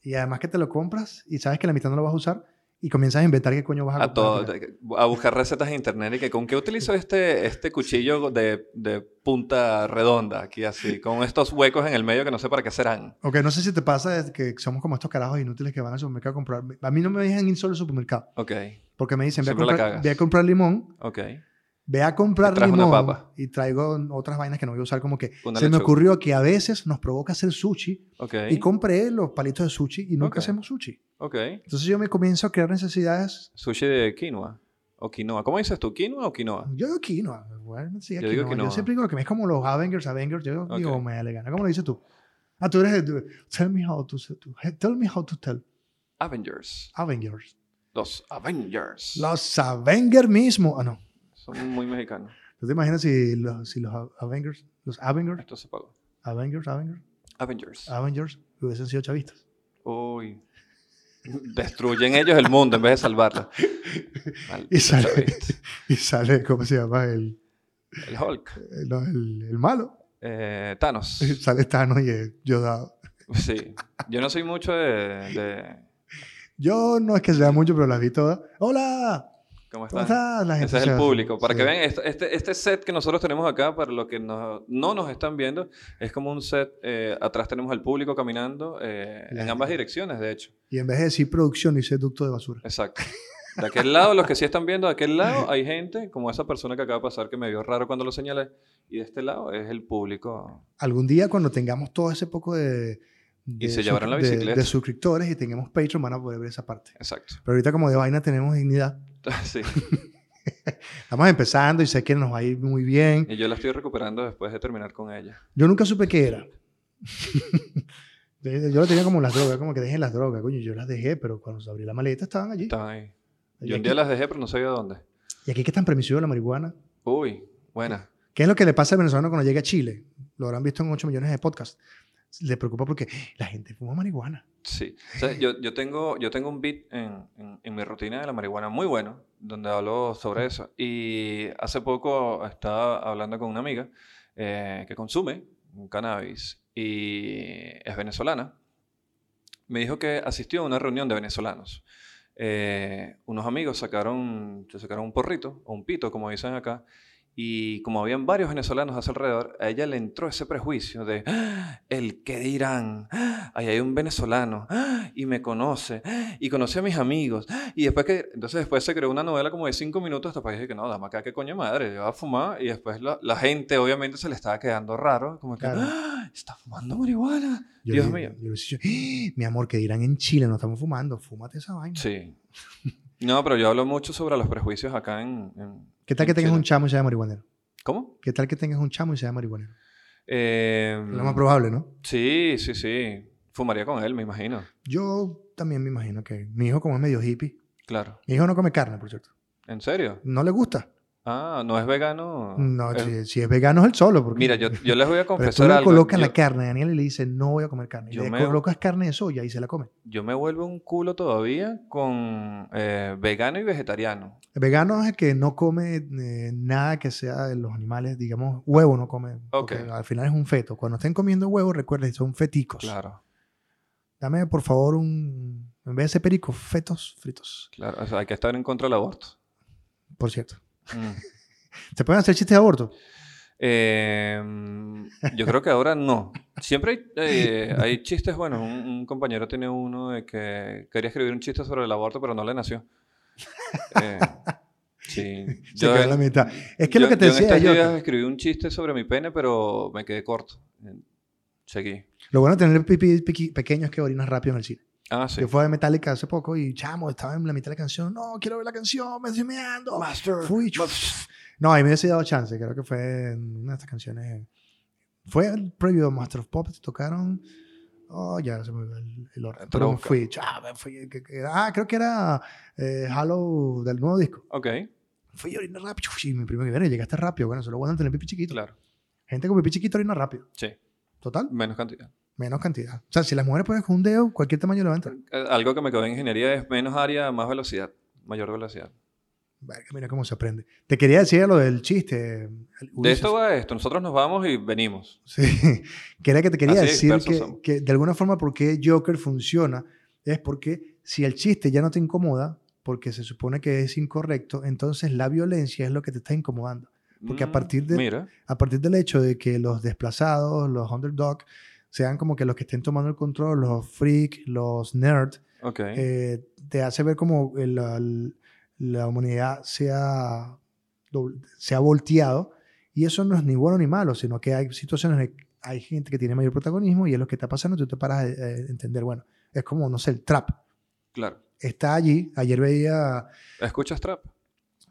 [SPEAKER 1] Y además que te lo compras y sabes que la mitad no lo vas a usar y comienzas a inventar qué coño vas a,
[SPEAKER 2] a
[SPEAKER 1] comprar.
[SPEAKER 2] todo, a buscar recetas en internet y que con qué utilizo este, este cuchillo de, de punta redonda aquí así, con estos huecos en el medio que no sé para qué serán.
[SPEAKER 1] Ok, no sé si te pasa es que somos como estos carajos inútiles que van al supermercado a comprar. A mí no me dejan ir solo al supermercado
[SPEAKER 2] Ok,
[SPEAKER 1] porque me dicen, ve a,
[SPEAKER 2] Siempre la
[SPEAKER 1] comprar,
[SPEAKER 2] cagas.
[SPEAKER 1] ve a comprar limón,
[SPEAKER 2] ok.
[SPEAKER 1] ve a comprar
[SPEAKER 2] Te traes una
[SPEAKER 1] limón
[SPEAKER 2] papa.
[SPEAKER 1] y traigo otras vainas que no voy a usar como que
[SPEAKER 2] Una
[SPEAKER 1] se me
[SPEAKER 2] lechuga.
[SPEAKER 1] ocurrió que a veces nos provoca hacer sushi
[SPEAKER 2] Ok,
[SPEAKER 1] y compré los palitos de sushi y nunca
[SPEAKER 2] Ok.
[SPEAKER 1] hacemos sushi.
[SPEAKER 2] ok.
[SPEAKER 1] Entonces yo me comienzo a crear necesidades.
[SPEAKER 2] Sushi de quinoa o quinoa. ¿Cómo dices tú, quinoa o quinoa?
[SPEAKER 1] Yo digo quinoa. Bueno, sí,
[SPEAKER 2] Yo digo
[SPEAKER 1] quinoa. Yo
[SPEAKER 2] quinoa.
[SPEAKER 1] siempre digo lo que me es como los Avengers, Avengers. Yo digo,
[SPEAKER 2] Ok.
[SPEAKER 1] me da la gana. ¿Cómo lo dices tú? Ah, tú eres. tú- tell me how to. to- Tell me how to tell.
[SPEAKER 2] Avengers.
[SPEAKER 1] Avengers.
[SPEAKER 2] Los Avengers.
[SPEAKER 1] Los Avengers mismo. Ah, no.
[SPEAKER 2] Son muy mexicanos.
[SPEAKER 1] ¿Tú te imaginas si los, si los A- Avengers, los Avengers,
[SPEAKER 2] Esto se pagó.
[SPEAKER 1] Avengers, Avengers,
[SPEAKER 2] Avengers.
[SPEAKER 1] Avengers hubiesen sido chavistas?
[SPEAKER 2] Uy. Destruyen ellos el mundo en vez de
[SPEAKER 1] *laughs*
[SPEAKER 2] salvarlo. Maldito
[SPEAKER 1] Y sale-
[SPEAKER 2] chavista.
[SPEAKER 1] *laughs* Y sale, ¿cómo se llama? El,
[SPEAKER 2] El Hulk.
[SPEAKER 1] el, no, el- el malo.
[SPEAKER 2] Eh, Thanos.
[SPEAKER 1] *laughs*
[SPEAKER 2] Sí.
[SPEAKER 1] Sale Thanos y el Yoda.
[SPEAKER 2] Yo no soy mucho de, de-
[SPEAKER 1] Yo no es que sea mucho, pero las vi todas. ¡Hola!
[SPEAKER 2] ¿Cómo
[SPEAKER 1] ¿Cómo
[SPEAKER 2] están?
[SPEAKER 1] estás? La gente
[SPEAKER 2] Ese es
[SPEAKER 1] se
[SPEAKER 2] el
[SPEAKER 1] hace-
[SPEAKER 2] público. Para que
[SPEAKER 1] sí.
[SPEAKER 2] vean, este, este- este set que nosotros tenemos acá, para los que no, no nos están viendo, es como un set. eh, atrás tenemos al público caminando eh,
[SPEAKER 1] La
[SPEAKER 2] en ambas
[SPEAKER 1] gente.
[SPEAKER 2] direcciones, de hecho.
[SPEAKER 1] Y en vez de decir producción, dice ducto de basura.
[SPEAKER 2] Exacto. De aquel lado, los que sí están viendo, de aquel lado hay gente, como esa persona que acaba de pasar que me vio raro cuando lo señalé, y de este lado es el público.
[SPEAKER 1] Algún día, cuando tengamos todo ese poco de. de
[SPEAKER 2] se llevarán la
[SPEAKER 1] de-
[SPEAKER 2] bicicleta.
[SPEAKER 1] de suscriptores y tengamos Patreon, van a poder ver esa parte.
[SPEAKER 2] Exacto. *laughs*
[SPEAKER 1] Pero ahorita, como de vaina, tenemos dignidad.
[SPEAKER 2] Sí.
[SPEAKER 1] Estamos empezando y sé que nos va a ir muy bien.
[SPEAKER 2] Y yo la estoy recuperando después de terminar con ella.
[SPEAKER 1] Yo nunca supe qué era. *laughs* De- de- yo lo tenía como las drogas, como que dejé las drogas, coño. Yo las dejé, pero cuando abrí la maleta estaban allí.
[SPEAKER 2] Están ahí.
[SPEAKER 1] Y
[SPEAKER 2] Yo un
[SPEAKER 1] aquí,
[SPEAKER 2] día las dejé, pero no sabía dónde.
[SPEAKER 1] y aquí que es tan permisivo la marihuana.
[SPEAKER 2] Uy, buena.
[SPEAKER 1] ¿Qué es lo que le pasa al venezolano cuando llega a Chile? Lo habrán visto en 8 millones de podcasts. Le preocupa porque la gente fuma marihuana.
[SPEAKER 2] Sí. O sea, yo, yo, tengo, yo tengo un beat en, en- en mi rutina de la marihuana muy bueno, donde hablo sobre eso. Y hace poco estaba hablando con una amiga eh, que consume un cannabis y es venezolana. Me dijo que asistió a una reunión de venezolanos. Eh, unos amigos sacaron, se sacaron un porrito, o un pito, como dicen acá, Y como habían varios venezolanos a su alrededor, a ella le entró ese prejuicio de ¡Ah! el qué dirán, ¡Ah! ahí hay un venezolano ¡Ah! y me conoce ah, y conoce a mis amigos. ah, Y después que, entonces después se creó una novela como de cinco minutos, hasta para dije que no, dame acá qué coño madre, yo voy a fumar. Y después la, la gente obviamente se le estaba quedando raro, como que
[SPEAKER 1] Claro.
[SPEAKER 2] "Ah, está fumando marihuana.
[SPEAKER 1] Yo
[SPEAKER 2] Dios
[SPEAKER 1] le-
[SPEAKER 2] mío.
[SPEAKER 1] yo le decía, "Ah, mi amor, que dirán en Chile, no estamos fumando, fúmate esa vaina.
[SPEAKER 2] Sí. No, pero yo hablo mucho sobre los prejuicios acá en... en-
[SPEAKER 1] ¿Qué tal
[SPEAKER 2] en
[SPEAKER 1] que tengas
[SPEAKER 2] Chile.
[SPEAKER 1] un chamo y sea marihuanero?
[SPEAKER 2] ¿Cómo?
[SPEAKER 1] ¿Qué tal que tengas un chamo y sea marihuanero?
[SPEAKER 2] Eh,
[SPEAKER 1] Lo más probable, ¿no?
[SPEAKER 2] sí, sí, sí. Fumaría con él, me imagino.
[SPEAKER 1] Yo también me imagino que mi hijo, como es medio hippie,
[SPEAKER 2] Claro.
[SPEAKER 1] mi hijo no come carne, por cierto.
[SPEAKER 2] ¿En serio?
[SPEAKER 1] No le gusta.
[SPEAKER 2] Ah, no es vegano.
[SPEAKER 1] No,
[SPEAKER 2] Eh,
[SPEAKER 1] si, si es vegano es el solo. Porque,
[SPEAKER 2] Mira, yo, yo les voy
[SPEAKER 1] pero
[SPEAKER 2] a
[SPEAKER 1] tú
[SPEAKER 2] confesar
[SPEAKER 1] le
[SPEAKER 2] algo.
[SPEAKER 1] colocas
[SPEAKER 2] yo,
[SPEAKER 1] la carne a Daniel y le dice, no voy a comer carne. Y
[SPEAKER 2] Yo
[SPEAKER 1] le
[SPEAKER 2] me-
[SPEAKER 1] colocas carne de soya y se la come.
[SPEAKER 2] yo me vuelvo un culo todavía con eh, vegano y vegetariano.
[SPEAKER 1] El vegano es el que no come eh, nada que sea de los animales, digamos, huevo no come. porque
[SPEAKER 2] Ok.
[SPEAKER 1] Al final es un feto. Cuando estén comiendo huevo, recuerden, son feticos.
[SPEAKER 2] Claro,
[SPEAKER 1] Dame, por favor, un... En vez de ser perico, fetos fritos,
[SPEAKER 2] claro. O sea, hay que estar en contra del aborto.
[SPEAKER 1] por cierto.
[SPEAKER 2] Mm.
[SPEAKER 1] ¿Se pueden hacer chistes de aborto?
[SPEAKER 2] Eh, yo creo que ahora no. Siempre hay, eh, hay chistes. Bueno, un, un compañero tiene uno de que quería escribir un chiste sobre el aborto, pero no le nació. Eh, sí.
[SPEAKER 1] *laughs* Se quedó en la mitad. Es que lo
[SPEAKER 2] yo-
[SPEAKER 1] que te
[SPEAKER 2] yo en
[SPEAKER 1] decía
[SPEAKER 2] estos
[SPEAKER 1] yo...
[SPEAKER 2] días escribí un chiste sobre mi pene, pero me quedé corto. Eh, Seguí.
[SPEAKER 1] Lo bueno de tener pipí pequi- pequeño es que orinas rápido en el cine.
[SPEAKER 2] Ah, sí.
[SPEAKER 1] Yo fui a Metallica hace poco y chamo, estaba en la mitad de la canción. No, quiero ver la canción, me estoy meando. Fui, chu- No, ahí me hubiese dado chance. Creo que fue en una de estas canciones. Fue el previo de Master of Pop, tocaron. Oh, ya se me olvidó el, el orden. Pero
[SPEAKER 2] busca.
[SPEAKER 1] fui, chamo, fui. que- que- Ah, creo que era eh, Hollow del nuevo disco.
[SPEAKER 2] Ok,
[SPEAKER 1] Fui a orinar rápido. Y mi primo que viene, llegaste rápido. Bueno, solo bueno tener pipí chiquito.
[SPEAKER 2] claro.
[SPEAKER 1] Gente con pipí chiquito orina rápido.
[SPEAKER 2] Sí,
[SPEAKER 1] Total,
[SPEAKER 2] menos cantidad.
[SPEAKER 1] menos cantidad. O sea, si las mujeres pueden con un dedo, cualquier tamaño levanta.
[SPEAKER 2] Eh, Algo que me quedó en ingeniería es menos área, más velocidad. Mayor velocidad.
[SPEAKER 1] Verga, mira cómo se aprende. Te quería decir lo del chiste.
[SPEAKER 2] De
[SPEAKER 1] Ulises.
[SPEAKER 2] esto va esto. Nosotros nos vamos y venimos.
[SPEAKER 1] Sí. *laughs* Que era que te quería
[SPEAKER 2] Así de
[SPEAKER 1] decir
[SPEAKER 2] dispersos
[SPEAKER 1] que,
[SPEAKER 2] somos.
[SPEAKER 1] que de alguna forma porque Joker funciona es porque si el chiste ya no te incomoda, porque se supone que es incorrecto, entonces la violencia es lo que te está incomodando. Porque a
[SPEAKER 2] Mm,
[SPEAKER 1] partir de-
[SPEAKER 2] Mira,
[SPEAKER 1] A partir del hecho de que los desplazados, los underdog, sean como que los que estén tomando el control, los freak, los nerd,
[SPEAKER 2] ok.
[SPEAKER 1] eh, te hace ver como el- la, la humanidad se ha, dobl- se ha volteado. Y eso no es ni bueno ni malo, sino que hay situaciones en que hay gente que tiene mayor protagonismo y es lo que está pasando. Tú te paras a eh, entender, bueno, es como, no sé, el trap.
[SPEAKER 2] claro.
[SPEAKER 1] Está allí. Ayer veía,
[SPEAKER 2] ¿Escuchas trap?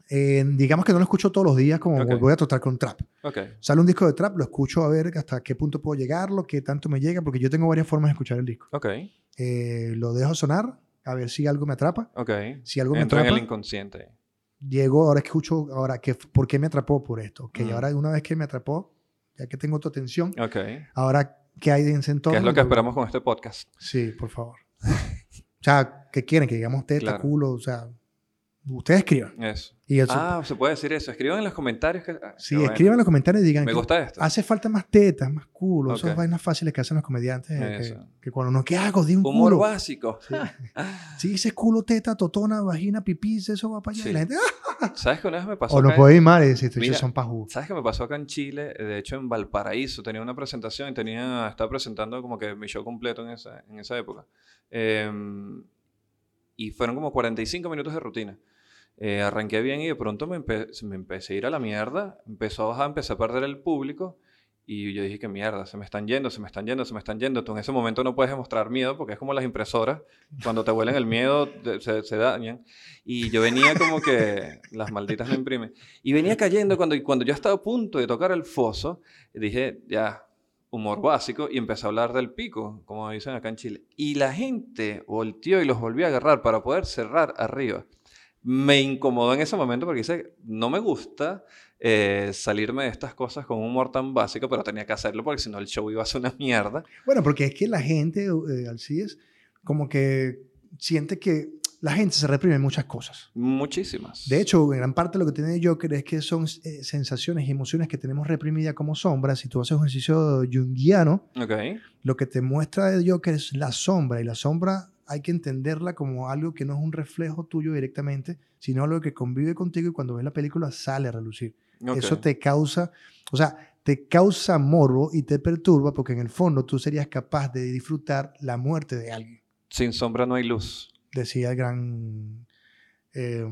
[SPEAKER 1] eh, digamos que no lo escucho todos los días, como
[SPEAKER 2] Ok.
[SPEAKER 1] voy a tratar con trap.
[SPEAKER 2] Ok.
[SPEAKER 1] Sale un disco de trap, lo escucho a ver hasta qué punto puedo llegarlo, qué tanto me llega, porque yo tengo varias formas de escuchar el disco.
[SPEAKER 2] Ok.
[SPEAKER 1] Eh, lo dejo sonar, a ver si algo me atrapa.
[SPEAKER 2] Ok.
[SPEAKER 1] Si algo me
[SPEAKER 2] Entra en
[SPEAKER 1] atrapa,
[SPEAKER 2] el inconsciente.
[SPEAKER 1] Diego, ahora es que escucho, ahora, que, ¿por qué me atrapó por esto? Que
[SPEAKER 2] Mm.
[SPEAKER 1] ahora, una vez que me atrapó, ya que tengo tu atención,
[SPEAKER 2] Ok.
[SPEAKER 1] ahora, ¿qué hay de ese entorno?
[SPEAKER 2] Que es lo que esperamos con este podcast.
[SPEAKER 1] Sí, por favor. *laughs* o sea, ¿qué quieren? Que digamos teta,
[SPEAKER 2] Claro.
[SPEAKER 1] culo, o sea, ustedes escriban.
[SPEAKER 2] Eso.
[SPEAKER 1] Y eso,
[SPEAKER 2] Ah, se puede decir eso. Escriban en los comentarios. Que... ah,
[SPEAKER 1] sí,
[SPEAKER 2] qué bueno.
[SPEAKER 1] escriban en los comentarios y digan,
[SPEAKER 2] Me
[SPEAKER 1] que
[SPEAKER 2] gusta esto.
[SPEAKER 1] hace falta más tetas, más culo, esas
[SPEAKER 2] Ok.
[SPEAKER 1] vainas fáciles que hacen los comediantes. eh, Que,
[SPEAKER 2] Eso.
[SPEAKER 1] que cuando no, ¿qué hago? Di un
[SPEAKER 2] Humor
[SPEAKER 1] culo.
[SPEAKER 2] básico.
[SPEAKER 1] Si dices culo, teta, totona, vagina, pipí, eso va para allá.
[SPEAKER 2] Sí.
[SPEAKER 1] Y la gente, ¡ah!
[SPEAKER 2] ¿Sabes que una vez me pasó?
[SPEAKER 1] O no
[SPEAKER 2] acá en-
[SPEAKER 1] puede ir mal, y dices, estos
[SPEAKER 2] Mira,
[SPEAKER 1] son pajú.
[SPEAKER 2] ¿Sabes qué me pasó acá en Chile? Eh, De hecho, en Valparaíso tenía una presentación y tenía, estaba presentando como que mi show completo en esa, en esa época. Em, y fueron como 45 minutos de rutina. Eh, arranqué bien y de pronto me, empe- se me empecé a ir a la mierda. Empezó a bajar, empecé a perder el público. Y yo dije, que mierda, se me están yendo, se me están yendo, se me están yendo. Tú en ese momento no puedes demostrar miedo porque es como las impresoras. Cuando te huelen el miedo, te- se, se dañan. Y yo venía como que las malditas no imprimen. Y venía cayendo cuando, y cuando yo estaba a punto de tocar el foso, dije, ya, humor básico, y empecé a hablar del pico, como dicen acá en Chile. Y la gente volteó y los volvió a agarrar para poder cerrar arriba. Me incomodó en ese momento porque dice, no me gusta eh, salirme de estas cosas con un humor tan básico, pero tenía que hacerlo porque si no el show iba a ser una mierda.
[SPEAKER 1] Bueno, porque es que la gente, eh, Alcides, como que siente que la gente se reprime en muchas cosas.
[SPEAKER 2] Muchísimas.
[SPEAKER 1] De hecho, gran parte de lo que tiene Joker es que son eh, sensaciones y emociones que tenemos reprimidas como sombras. Si tú haces un ejercicio junguiano,
[SPEAKER 2] Ok,
[SPEAKER 1] lo que te muestra de Joker es la sombra. Y la sombra hay que entenderla como algo que no es un reflejo tuyo directamente, sino algo que convive contigo y cuando ves la película sale a relucir.
[SPEAKER 2] Ok.
[SPEAKER 1] Eso te causa, o sea, te causa morbo y te perturba porque en el fondo tú serías capaz de disfrutar la muerte de alguien.
[SPEAKER 2] Sin sombra no hay luz.
[SPEAKER 1] decía el gran eh,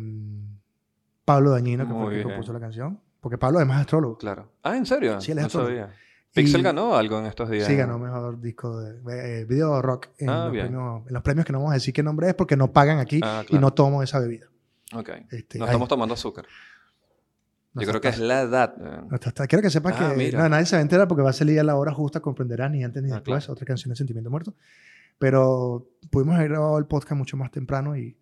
[SPEAKER 1] Pablo Dañino, que
[SPEAKER 2] Muy
[SPEAKER 1] fue el que
[SPEAKER 2] bien.
[SPEAKER 1] compuso la canción. Porque Pablo además es astrólogo.
[SPEAKER 2] Claro. Ah, ¿en serio?
[SPEAKER 1] Sí, él es
[SPEAKER 2] no
[SPEAKER 1] astrólogo.
[SPEAKER 2] sabía. Pixel
[SPEAKER 1] Y-
[SPEAKER 2] ganó algo en estos días.
[SPEAKER 1] Sí, ganó mejor disco de eh, video rock en,
[SPEAKER 2] Ah,
[SPEAKER 1] los
[SPEAKER 2] bien.
[SPEAKER 1] premios, en los premios que no vamos a decir qué nombre es porque no pagan aquí
[SPEAKER 2] Ah,
[SPEAKER 1] y
[SPEAKER 2] claro.
[SPEAKER 1] no tomo esa bebida.
[SPEAKER 2] Ok.
[SPEAKER 1] Este,
[SPEAKER 2] No
[SPEAKER 1] ay,
[SPEAKER 2] estamos tomando azúcar.
[SPEAKER 1] no
[SPEAKER 2] Yo
[SPEAKER 1] está-
[SPEAKER 2] creo que es la edad.
[SPEAKER 1] no está- está- quiero que sepas
[SPEAKER 2] Ah,
[SPEAKER 1] que
[SPEAKER 2] mira.
[SPEAKER 1] no, nadie se va a enterar porque va a salir a la hora justa, comprenderás ni antes ni
[SPEAKER 2] Ah,
[SPEAKER 1] después.
[SPEAKER 2] claro.
[SPEAKER 1] Otra canción de Sentimiento Muerto. Pero pudimos haber grabado el podcast mucho más temprano y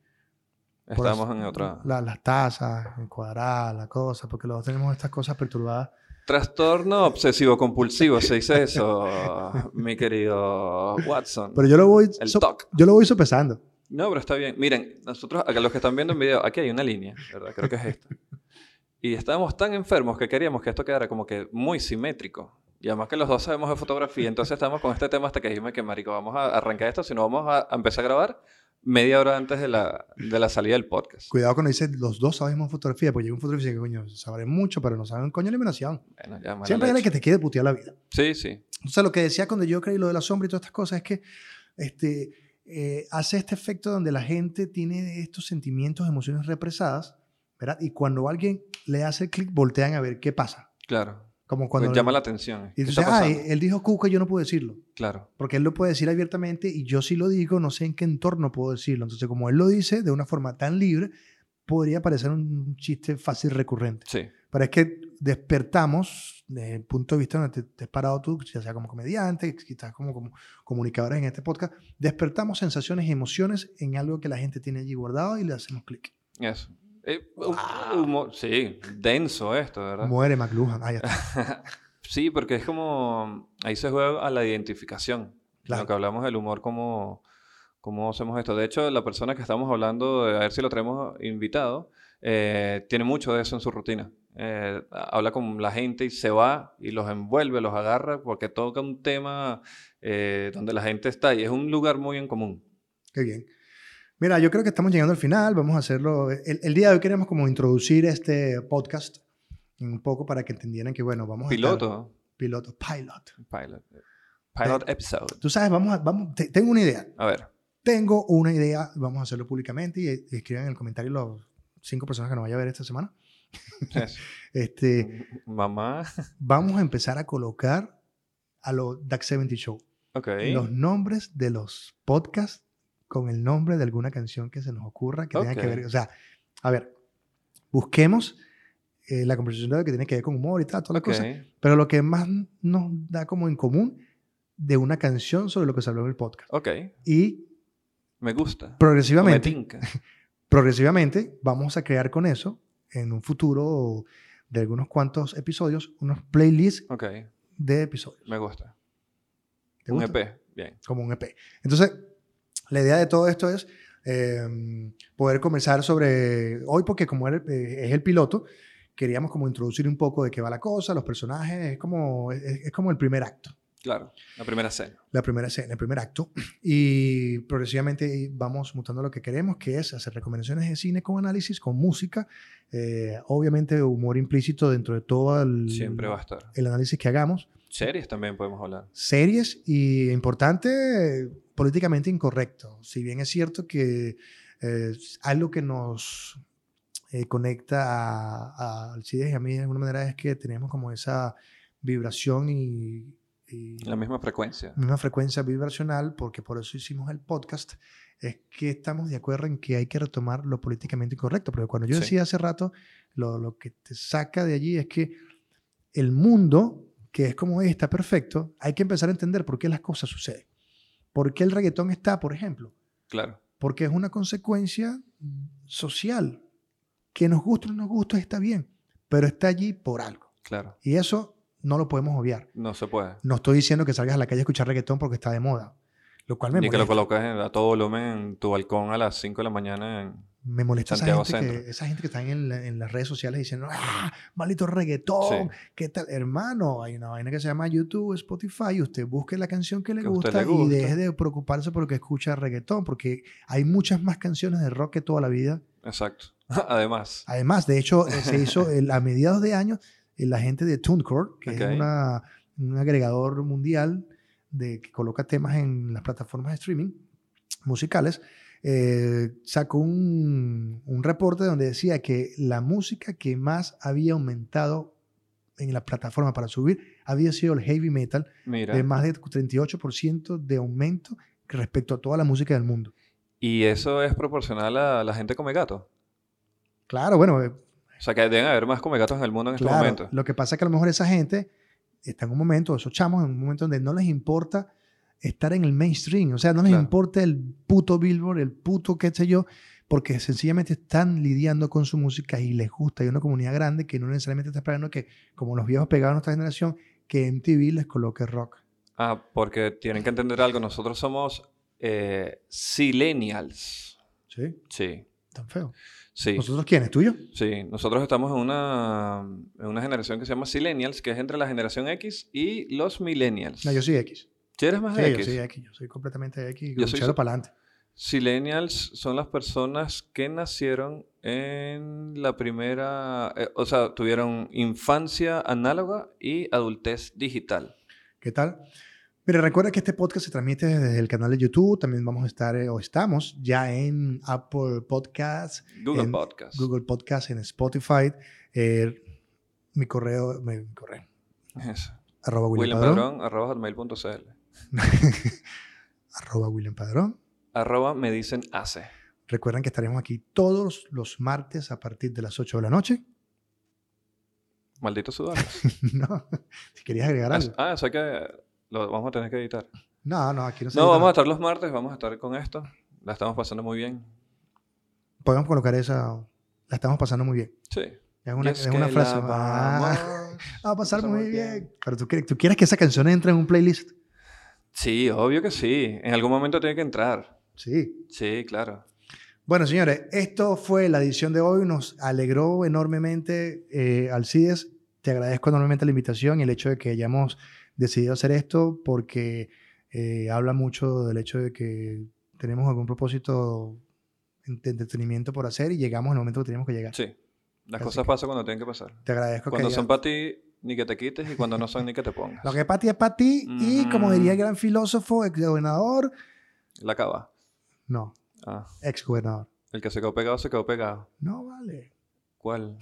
[SPEAKER 1] por
[SPEAKER 2] Estamos
[SPEAKER 1] eso-
[SPEAKER 2] en otra.
[SPEAKER 1] la- las tazas, el cuadrado, la cosa, porque luego tenemos estas cosas perturbadas
[SPEAKER 2] Trastorno obsesivo-compulsivo, se dice eso, *laughs* mi querido Watson.
[SPEAKER 1] Pero yo lo voy,
[SPEAKER 2] El
[SPEAKER 1] so-
[SPEAKER 2] TOC.
[SPEAKER 1] yo lo voy sopesando.
[SPEAKER 2] No, pero está bien. Miren, nosotros, acá los que están viendo en video, aquí hay una línea, ¿verdad? Creo que es esta. Y estábamos tan enfermos que queríamos que esto quedara como que muy simétrico. Y además que los dos sabemos de fotografía, entonces estamos con este tema hasta que dijimos que, marico, vamos a arrancar esto, si no vamos a a empezar a grabar media hora antes de la, de la salida del podcast.
[SPEAKER 1] Cuidado cuando dices los dos sabemos fotografía, pues llega un fotógrafo y dice, coño, sabrán mucho, pero no saben coño eliminación.
[SPEAKER 2] Bueno, ya, mala
[SPEAKER 1] Siempre hay alguien
[SPEAKER 2] leche.
[SPEAKER 1] que te quiere putear la vida.
[SPEAKER 2] Sí, sí.
[SPEAKER 1] Entonces, lo que decía cuando yo creí lo de la sombra y todas estas cosas es que este, eh, hace este efecto donde la gente tiene estos sentimientos, emociones represadas, ¿verdad? Y cuando alguien le hace el clic, voltean a ver qué pasa.
[SPEAKER 2] Claro.
[SPEAKER 1] Como cuando.
[SPEAKER 2] Pues llama la atención. eh.
[SPEAKER 1] y
[SPEAKER 2] ¿Qué
[SPEAKER 1] tú
[SPEAKER 2] está
[SPEAKER 1] dices, "Ay, eh,
[SPEAKER 2] pasando?"
[SPEAKER 1] él dijo cuca, yo no puedo decirlo.
[SPEAKER 2] Claro.
[SPEAKER 1] Porque él lo puede decir abiertamente y yo sí lo digo, no sé en qué entorno puedo decirlo. Entonces, como él lo dice de una forma tan libre, podría parecer un chiste fácil recurrente.
[SPEAKER 2] Sí.
[SPEAKER 1] Pero es que despertamos desde el punto de vista donde te, te has parado tú, ya sea como comediante, quizás como, como comunicadores en este podcast, despertamos sensaciones y emociones en algo que la gente tiene allí guardado y le hacemos clic.
[SPEAKER 2] Eso. Eh, hu- humo- sí, denso esto, ¿verdad?
[SPEAKER 1] Muere McLuhan. Ah, ya está.
[SPEAKER 2] Sí, porque es como, ahí se juega a la identificación.
[SPEAKER 1] Claro.
[SPEAKER 2] Lo que hablamos del humor, cómo, cómo hacemos esto. De hecho, la persona que estamos hablando, de- a ver si lo traemos invitado, eh, tiene mucho de eso en su rutina. Eh, habla con la gente y se va y los envuelve, los agarra, porque toca un tema eh, donde la gente está y es un lugar muy en común.
[SPEAKER 1] Qué bien. Mira, yo creo que estamos llegando al final. Vamos a hacerlo. El, el día de hoy queremos como introducir este podcast un poco para que entendieran que, bueno, vamos a. estar-
[SPEAKER 2] Piloto,
[SPEAKER 1] piloto, pilot.
[SPEAKER 2] pilot, pilot episode.
[SPEAKER 1] Tú sabes, vamos a. Vamos, te- tengo una idea. *laughs*
[SPEAKER 2] A ver,
[SPEAKER 1] Tengo una idea. Vamos a hacerlo públicamente y, y escriban en el comentario los cinco personas que nos vaya a ver esta semana.
[SPEAKER 2] eso.
[SPEAKER 1] Este,
[SPEAKER 2] mamá,
[SPEAKER 1] vamos a empezar a colocar a los Duck 70 Show
[SPEAKER 2] ok.
[SPEAKER 1] los nombres de los podcasts con el nombre de alguna canción que se nos ocurra que tenga que
[SPEAKER 2] Ok.
[SPEAKER 1] ver. O sea, a ver, busquemos eh, la conversación de lo que tiene que ver con humor y tal, toda la
[SPEAKER 2] Ok.
[SPEAKER 1] cosa. Pero lo que más nos da como en común de una canción sobre lo que se habló en el podcast.
[SPEAKER 2] Ok,
[SPEAKER 1] Y
[SPEAKER 2] me gusta. Me
[SPEAKER 1] progresivamente,
[SPEAKER 2] tinca.
[SPEAKER 1] progresivamente vamos a crear con eso en un futuro de algunos cuantos episodios, unos playlists
[SPEAKER 2] Ok,
[SPEAKER 1] de episodios.
[SPEAKER 2] me gusta.
[SPEAKER 1] ¿Te
[SPEAKER 2] Un E
[SPEAKER 1] gusta?
[SPEAKER 2] EP, bien.
[SPEAKER 1] como un EP. Entonces, la idea de todo esto es eh, poder conversar sobre hoy, porque como era- eh, es el piloto, queríamos como introducir un poco de qué va la cosa, los personajes, es como, es, es como el primer acto,
[SPEAKER 2] Claro, la primera cena.
[SPEAKER 1] la primera escena, el primer acto, y progresivamente vamos mutando lo que queremos, que es hacer recomendaciones de cine con análisis, con música, eh, obviamente humor implícito dentro de todo el,
[SPEAKER 2] Siempre va a estar.
[SPEAKER 1] el análisis que hagamos,
[SPEAKER 2] Series también podemos hablar.
[SPEAKER 1] series y importante, eh, políticamente incorrecto. Si bien es cierto que eh, algo que nos eh, conecta a, a Alcides E y a mí de alguna manera es que tenemos como esa vibración y, y
[SPEAKER 2] La misma frecuencia.
[SPEAKER 1] misma frecuencia vibracional, porque por eso hicimos el podcast, es que estamos de acuerdo en que hay que retomar lo políticamente incorrecto. Porque cuando yo
[SPEAKER 2] Sí.
[SPEAKER 1] decía hace rato, lo, lo que te saca de allí es que el mundo, que es como es, está perfecto, hay que empezar a entender por qué las cosas suceden. ¿Por qué el reggaetón está, por ejemplo?
[SPEAKER 2] Claro,
[SPEAKER 1] Porque es una consecuencia social. Que nos guste o no nos guste está bien, pero está allí por algo.
[SPEAKER 2] claro.
[SPEAKER 1] Y eso no lo podemos obviar.
[SPEAKER 2] No se puede.
[SPEAKER 1] No estoy diciendo que salgas a la calle a escuchar reggaetón porque está de moda. Lo cual me
[SPEAKER 2] Ni que lo
[SPEAKER 1] molesta.
[SPEAKER 2] colocas en- a todo volumen en tu balcón a las 5 de la mañana. en-
[SPEAKER 1] Me molesta esa
[SPEAKER 2] Santiago
[SPEAKER 1] gente, que,
[SPEAKER 2] Centro.
[SPEAKER 1] esa gente que está en, la- en las redes sociales diciendo, ¡ah! Maldito reggaetón. ¿Qué tal? Hermano, hay una vaina que se llama YouTube, Spotify. y Usted busque la canción que le,
[SPEAKER 2] Que a usted
[SPEAKER 1] gusta,
[SPEAKER 2] le gusta.
[SPEAKER 1] y deje de preocuparse porque escucha reggaetón. Porque hay muchas más canciones de rock que toda la vida
[SPEAKER 2] Exacto. *laughs* Además.
[SPEAKER 1] Además, de hecho, eh, se
[SPEAKER 2] *laughs*
[SPEAKER 1] hizo el- a mediados de año eh, la gente de TuneCore, que
[SPEAKER 2] Ok.
[SPEAKER 1] es una- un agregador mundial de, que coloca temas en las plataformas de streaming musicales, eh, sacó un, un reporte donde decía que la música que más había aumentado en la plataforma para subir había sido el heavy metal,
[SPEAKER 2] Mira.
[SPEAKER 1] de más de 38% de aumento respecto a toda la música del mundo.
[SPEAKER 2] Y eso es proporcional a la gente come gato.
[SPEAKER 1] Claro, bueno, eh,
[SPEAKER 2] O sea, que deben haber más come gatos en el mundo en
[SPEAKER 1] Claro,
[SPEAKER 2] este momento.
[SPEAKER 1] lo que pasa es que a lo mejor esa gente está en un momento, esos chamos, en un momento donde no les importa estar en el mainstream, o sea, no les
[SPEAKER 2] Claro.
[SPEAKER 1] importa el puto Billboard, el puto qué sé yo, porque sencillamente están lidiando con su música y les gusta. Hay una comunidad grande que no necesariamente está esperando que, como los viejos pegados de nuestra generación, que MTV les coloque rock.
[SPEAKER 2] Ah, porque tienen que entender algo. Nosotros somos eh, silenials.
[SPEAKER 1] ¿Sí?
[SPEAKER 2] Sí.
[SPEAKER 1] Tan feo.
[SPEAKER 2] Sí.
[SPEAKER 1] ¿Nosotros quiénes? ¿Tuyo?
[SPEAKER 2] Sí, nosotros estamos en una, en una generación que se llama Silenials, que es entre la generación X y los Millennials.
[SPEAKER 1] No, yo soy X.
[SPEAKER 2] ¿Sí eres más
[SPEAKER 1] Sí, eh.
[SPEAKER 2] de
[SPEAKER 1] yo
[SPEAKER 2] X?
[SPEAKER 1] soy X. Yo soy completamente X.
[SPEAKER 2] Yo
[SPEAKER 1] Yo
[SPEAKER 2] soy
[SPEAKER 1] soy
[SPEAKER 2] so-
[SPEAKER 1] para adelante.
[SPEAKER 2] Silenials son las personas que nacieron en la primera, eh, o sea, tuvieron infancia análoga y adultez digital.
[SPEAKER 1] ¿Qué tal? Mira, recuerda que este podcast se transmite desde el canal de YouTube. También vamos a estar eh, o estamos ya en Apple Podcasts,
[SPEAKER 2] Google
[SPEAKER 1] En
[SPEAKER 2] Podcast.
[SPEAKER 1] Google Podcasts, en Spotify. Eh, mi correo, mi, mi correo,
[SPEAKER 2] Eso.
[SPEAKER 1] arroba William,
[SPEAKER 2] William
[SPEAKER 1] Padrón,
[SPEAKER 2] Padrón, arroba hotmail.cl.
[SPEAKER 1] *laughs* arroba William Padrón.
[SPEAKER 2] Arroba me dicen hace.
[SPEAKER 1] Recuerden que estaremos aquí todos los martes a partir de las 8 de la noche. *laughs*
[SPEAKER 2] Maldito sudor.
[SPEAKER 1] no, si querías agregar algo.
[SPEAKER 2] ah, eso hay que... Lo vamos a tener que editar.
[SPEAKER 1] No, no, aquí no se
[SPEAKER 2] No,
[SPEAKER 1] edita
[SPEAKER 2] vamos a
[SPEAKER 1] nada.
[SPEAKER 2] estar los martes, vamos a estar con esto. La estamos pasando muy bien.
[SPEAKER 1] Podemos colocar esa. La estamos pasando muy bien.
[SPEAKER 2] Sí.
[SPEAKER 1] Es una,
[SPEAKER 2] Y es
[SPEAKER 1] es una
[SPEAKER 2] que
[SPEAKER 1] frase.
[SPEAKER 2] *laughs* la
[SPEAKER 1] Ah,
[SPEAKER 2] vamos.
[SPEAKER 1] va a pasar
[SPEAKER 2] pasamos
[SPEAKER 1] muy bien.
[SPEAKER 2] bien.
[SPEAKER 1] Pero tú quieres, tú quieres que esa canción entre en un playlist.
[SPEAKER 2] Sí, obvio que sí. En algún momento tiene que entrar.
[SPEAKER 1] Sí.
[SPEAKER 2] Sí, claro.
[SPEAKER 1] Bueno, señores, esto fue la edición de hoy. Nos alegró enormemente, eh, Alcides. Te agradezco enormemente la invitación y el hecho de que hayamos decidido hacer esto porque eh, habla mucho del hecho de que tenemos algún propósito de entretenimiento por hacer y llegamos al momento que teníamos que llegar.
[SPEAKER 2] Sí. Las
[SPEAKER 1] Así
[SPEAKER 2] cosas pasan cuando tienen que pasar.
[SPEAKER 1] Te agradezco
[SPEAKER 2] Cuando
[SPEAKER 1] que
[SPEAKER 2] son
[SPEAKER 1] hayas-
[SPEAKER 2] para ti, ni que te quites, y cuando no son, ni que te pongas.
[SPEAKER 1] lo que es para ti es para ti y como diría el
[SPEAKER 2] Ujú.
[SPEAKER 1] gran filósofo, ex gobernador,
[SPEAKER 2] La cava.
[SPEAKER 1] no,
[SPEAKER 2] Ah,
[SPEAKER 1] ex gobernador.
[SPEAKER 2] el que se quedó pegado, se quedó pegado.
[SPEAKER 1] No vale, *laughs*
[SPEAKER 2] ¿Cuál?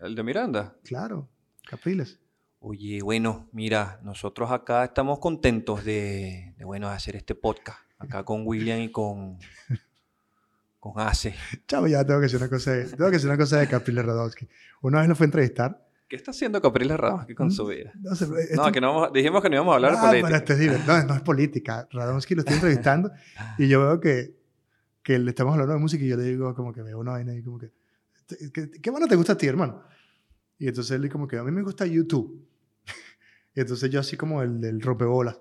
[SPEAKER 2] ¿El de Miranda?
[SPEAKER 1] claro, Capriles.
[SPEAKER 2] Oye, bueno, mira, nosotros acá estamos contentos de, de, bueno, hacer este podcast. Acá con William y con, con Ace.
[SPEAKER 1] Chavo, ya tengo que decir una cosa de, tengo que decir una cosa de Capriles Radowski. Una vez lo fue a entrevistar.
[SPEAKER 2] ¿Qué está haciendo Capriles Ramos aquí con su vida?
[SPEAKER 1] No, sé, Mm. esto-
[SPEAKER 2] No, que no vamos, dijimos que no íbamos a hablar de
[SPEAKER 1] Ah,
[SPEAKER 2] política.
[SPEAKER 1] pero esto es divert- no, no es política. Radomski lo estoy entrevistando y yo veo que, que le estamos hablando de música y yo le digo como que veo una vaina y como que, ¿qué, qué bueno te gusta a ti, hermano? Y entonces él como que, a mí me gusta YouTube. *laughs* y entonces yo así como el, del rompebolas.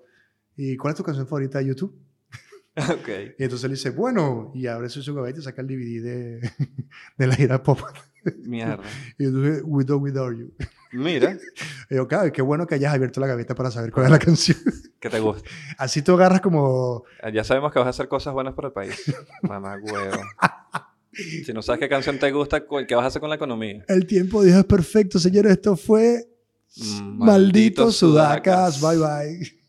[SPEAKER 1] ¿Y cuál es tu canción favorita de YouTube?
[SPEAKER 2] *laughs* Ok.
[SPEAKER 1] Y entonces él dice, bueno, y abre su su gaveta y saca el DVD de, *laughs* de la gira pop.
[SPEAKER 2] Mierda.
[SPEAKER 1] Y entonces, With or Without You. *laughs*
[SPEAKER 2] Mira,
[SPEAKER 1] Y yo, claro, qué bueno que hayas abierto la gaveta para saber cuál es la *laughs* canción.
[SPEAKER 2] que te gusta.
[SPEAKER 1] Así tú agarras como...
[SPEAKER 2] Ya sabemos que vas a hacer cosas buenas para el país. Mamá huevo. Si no sabes qué canción te gusta, cu- ¿qué vas a hacer con la economía?
[SPEAKER 1] El tiempo de Dios es perfecto, señores. Esto fue
[SPEAKER 2] Mm,
[SPEAKER 1] Malditos
[SPEAKER 2] malditos
[SPEAKER 1] Sudacas.
[SPEAKER 2] Sudacas.
[SPEAKER 1] Bye, bye.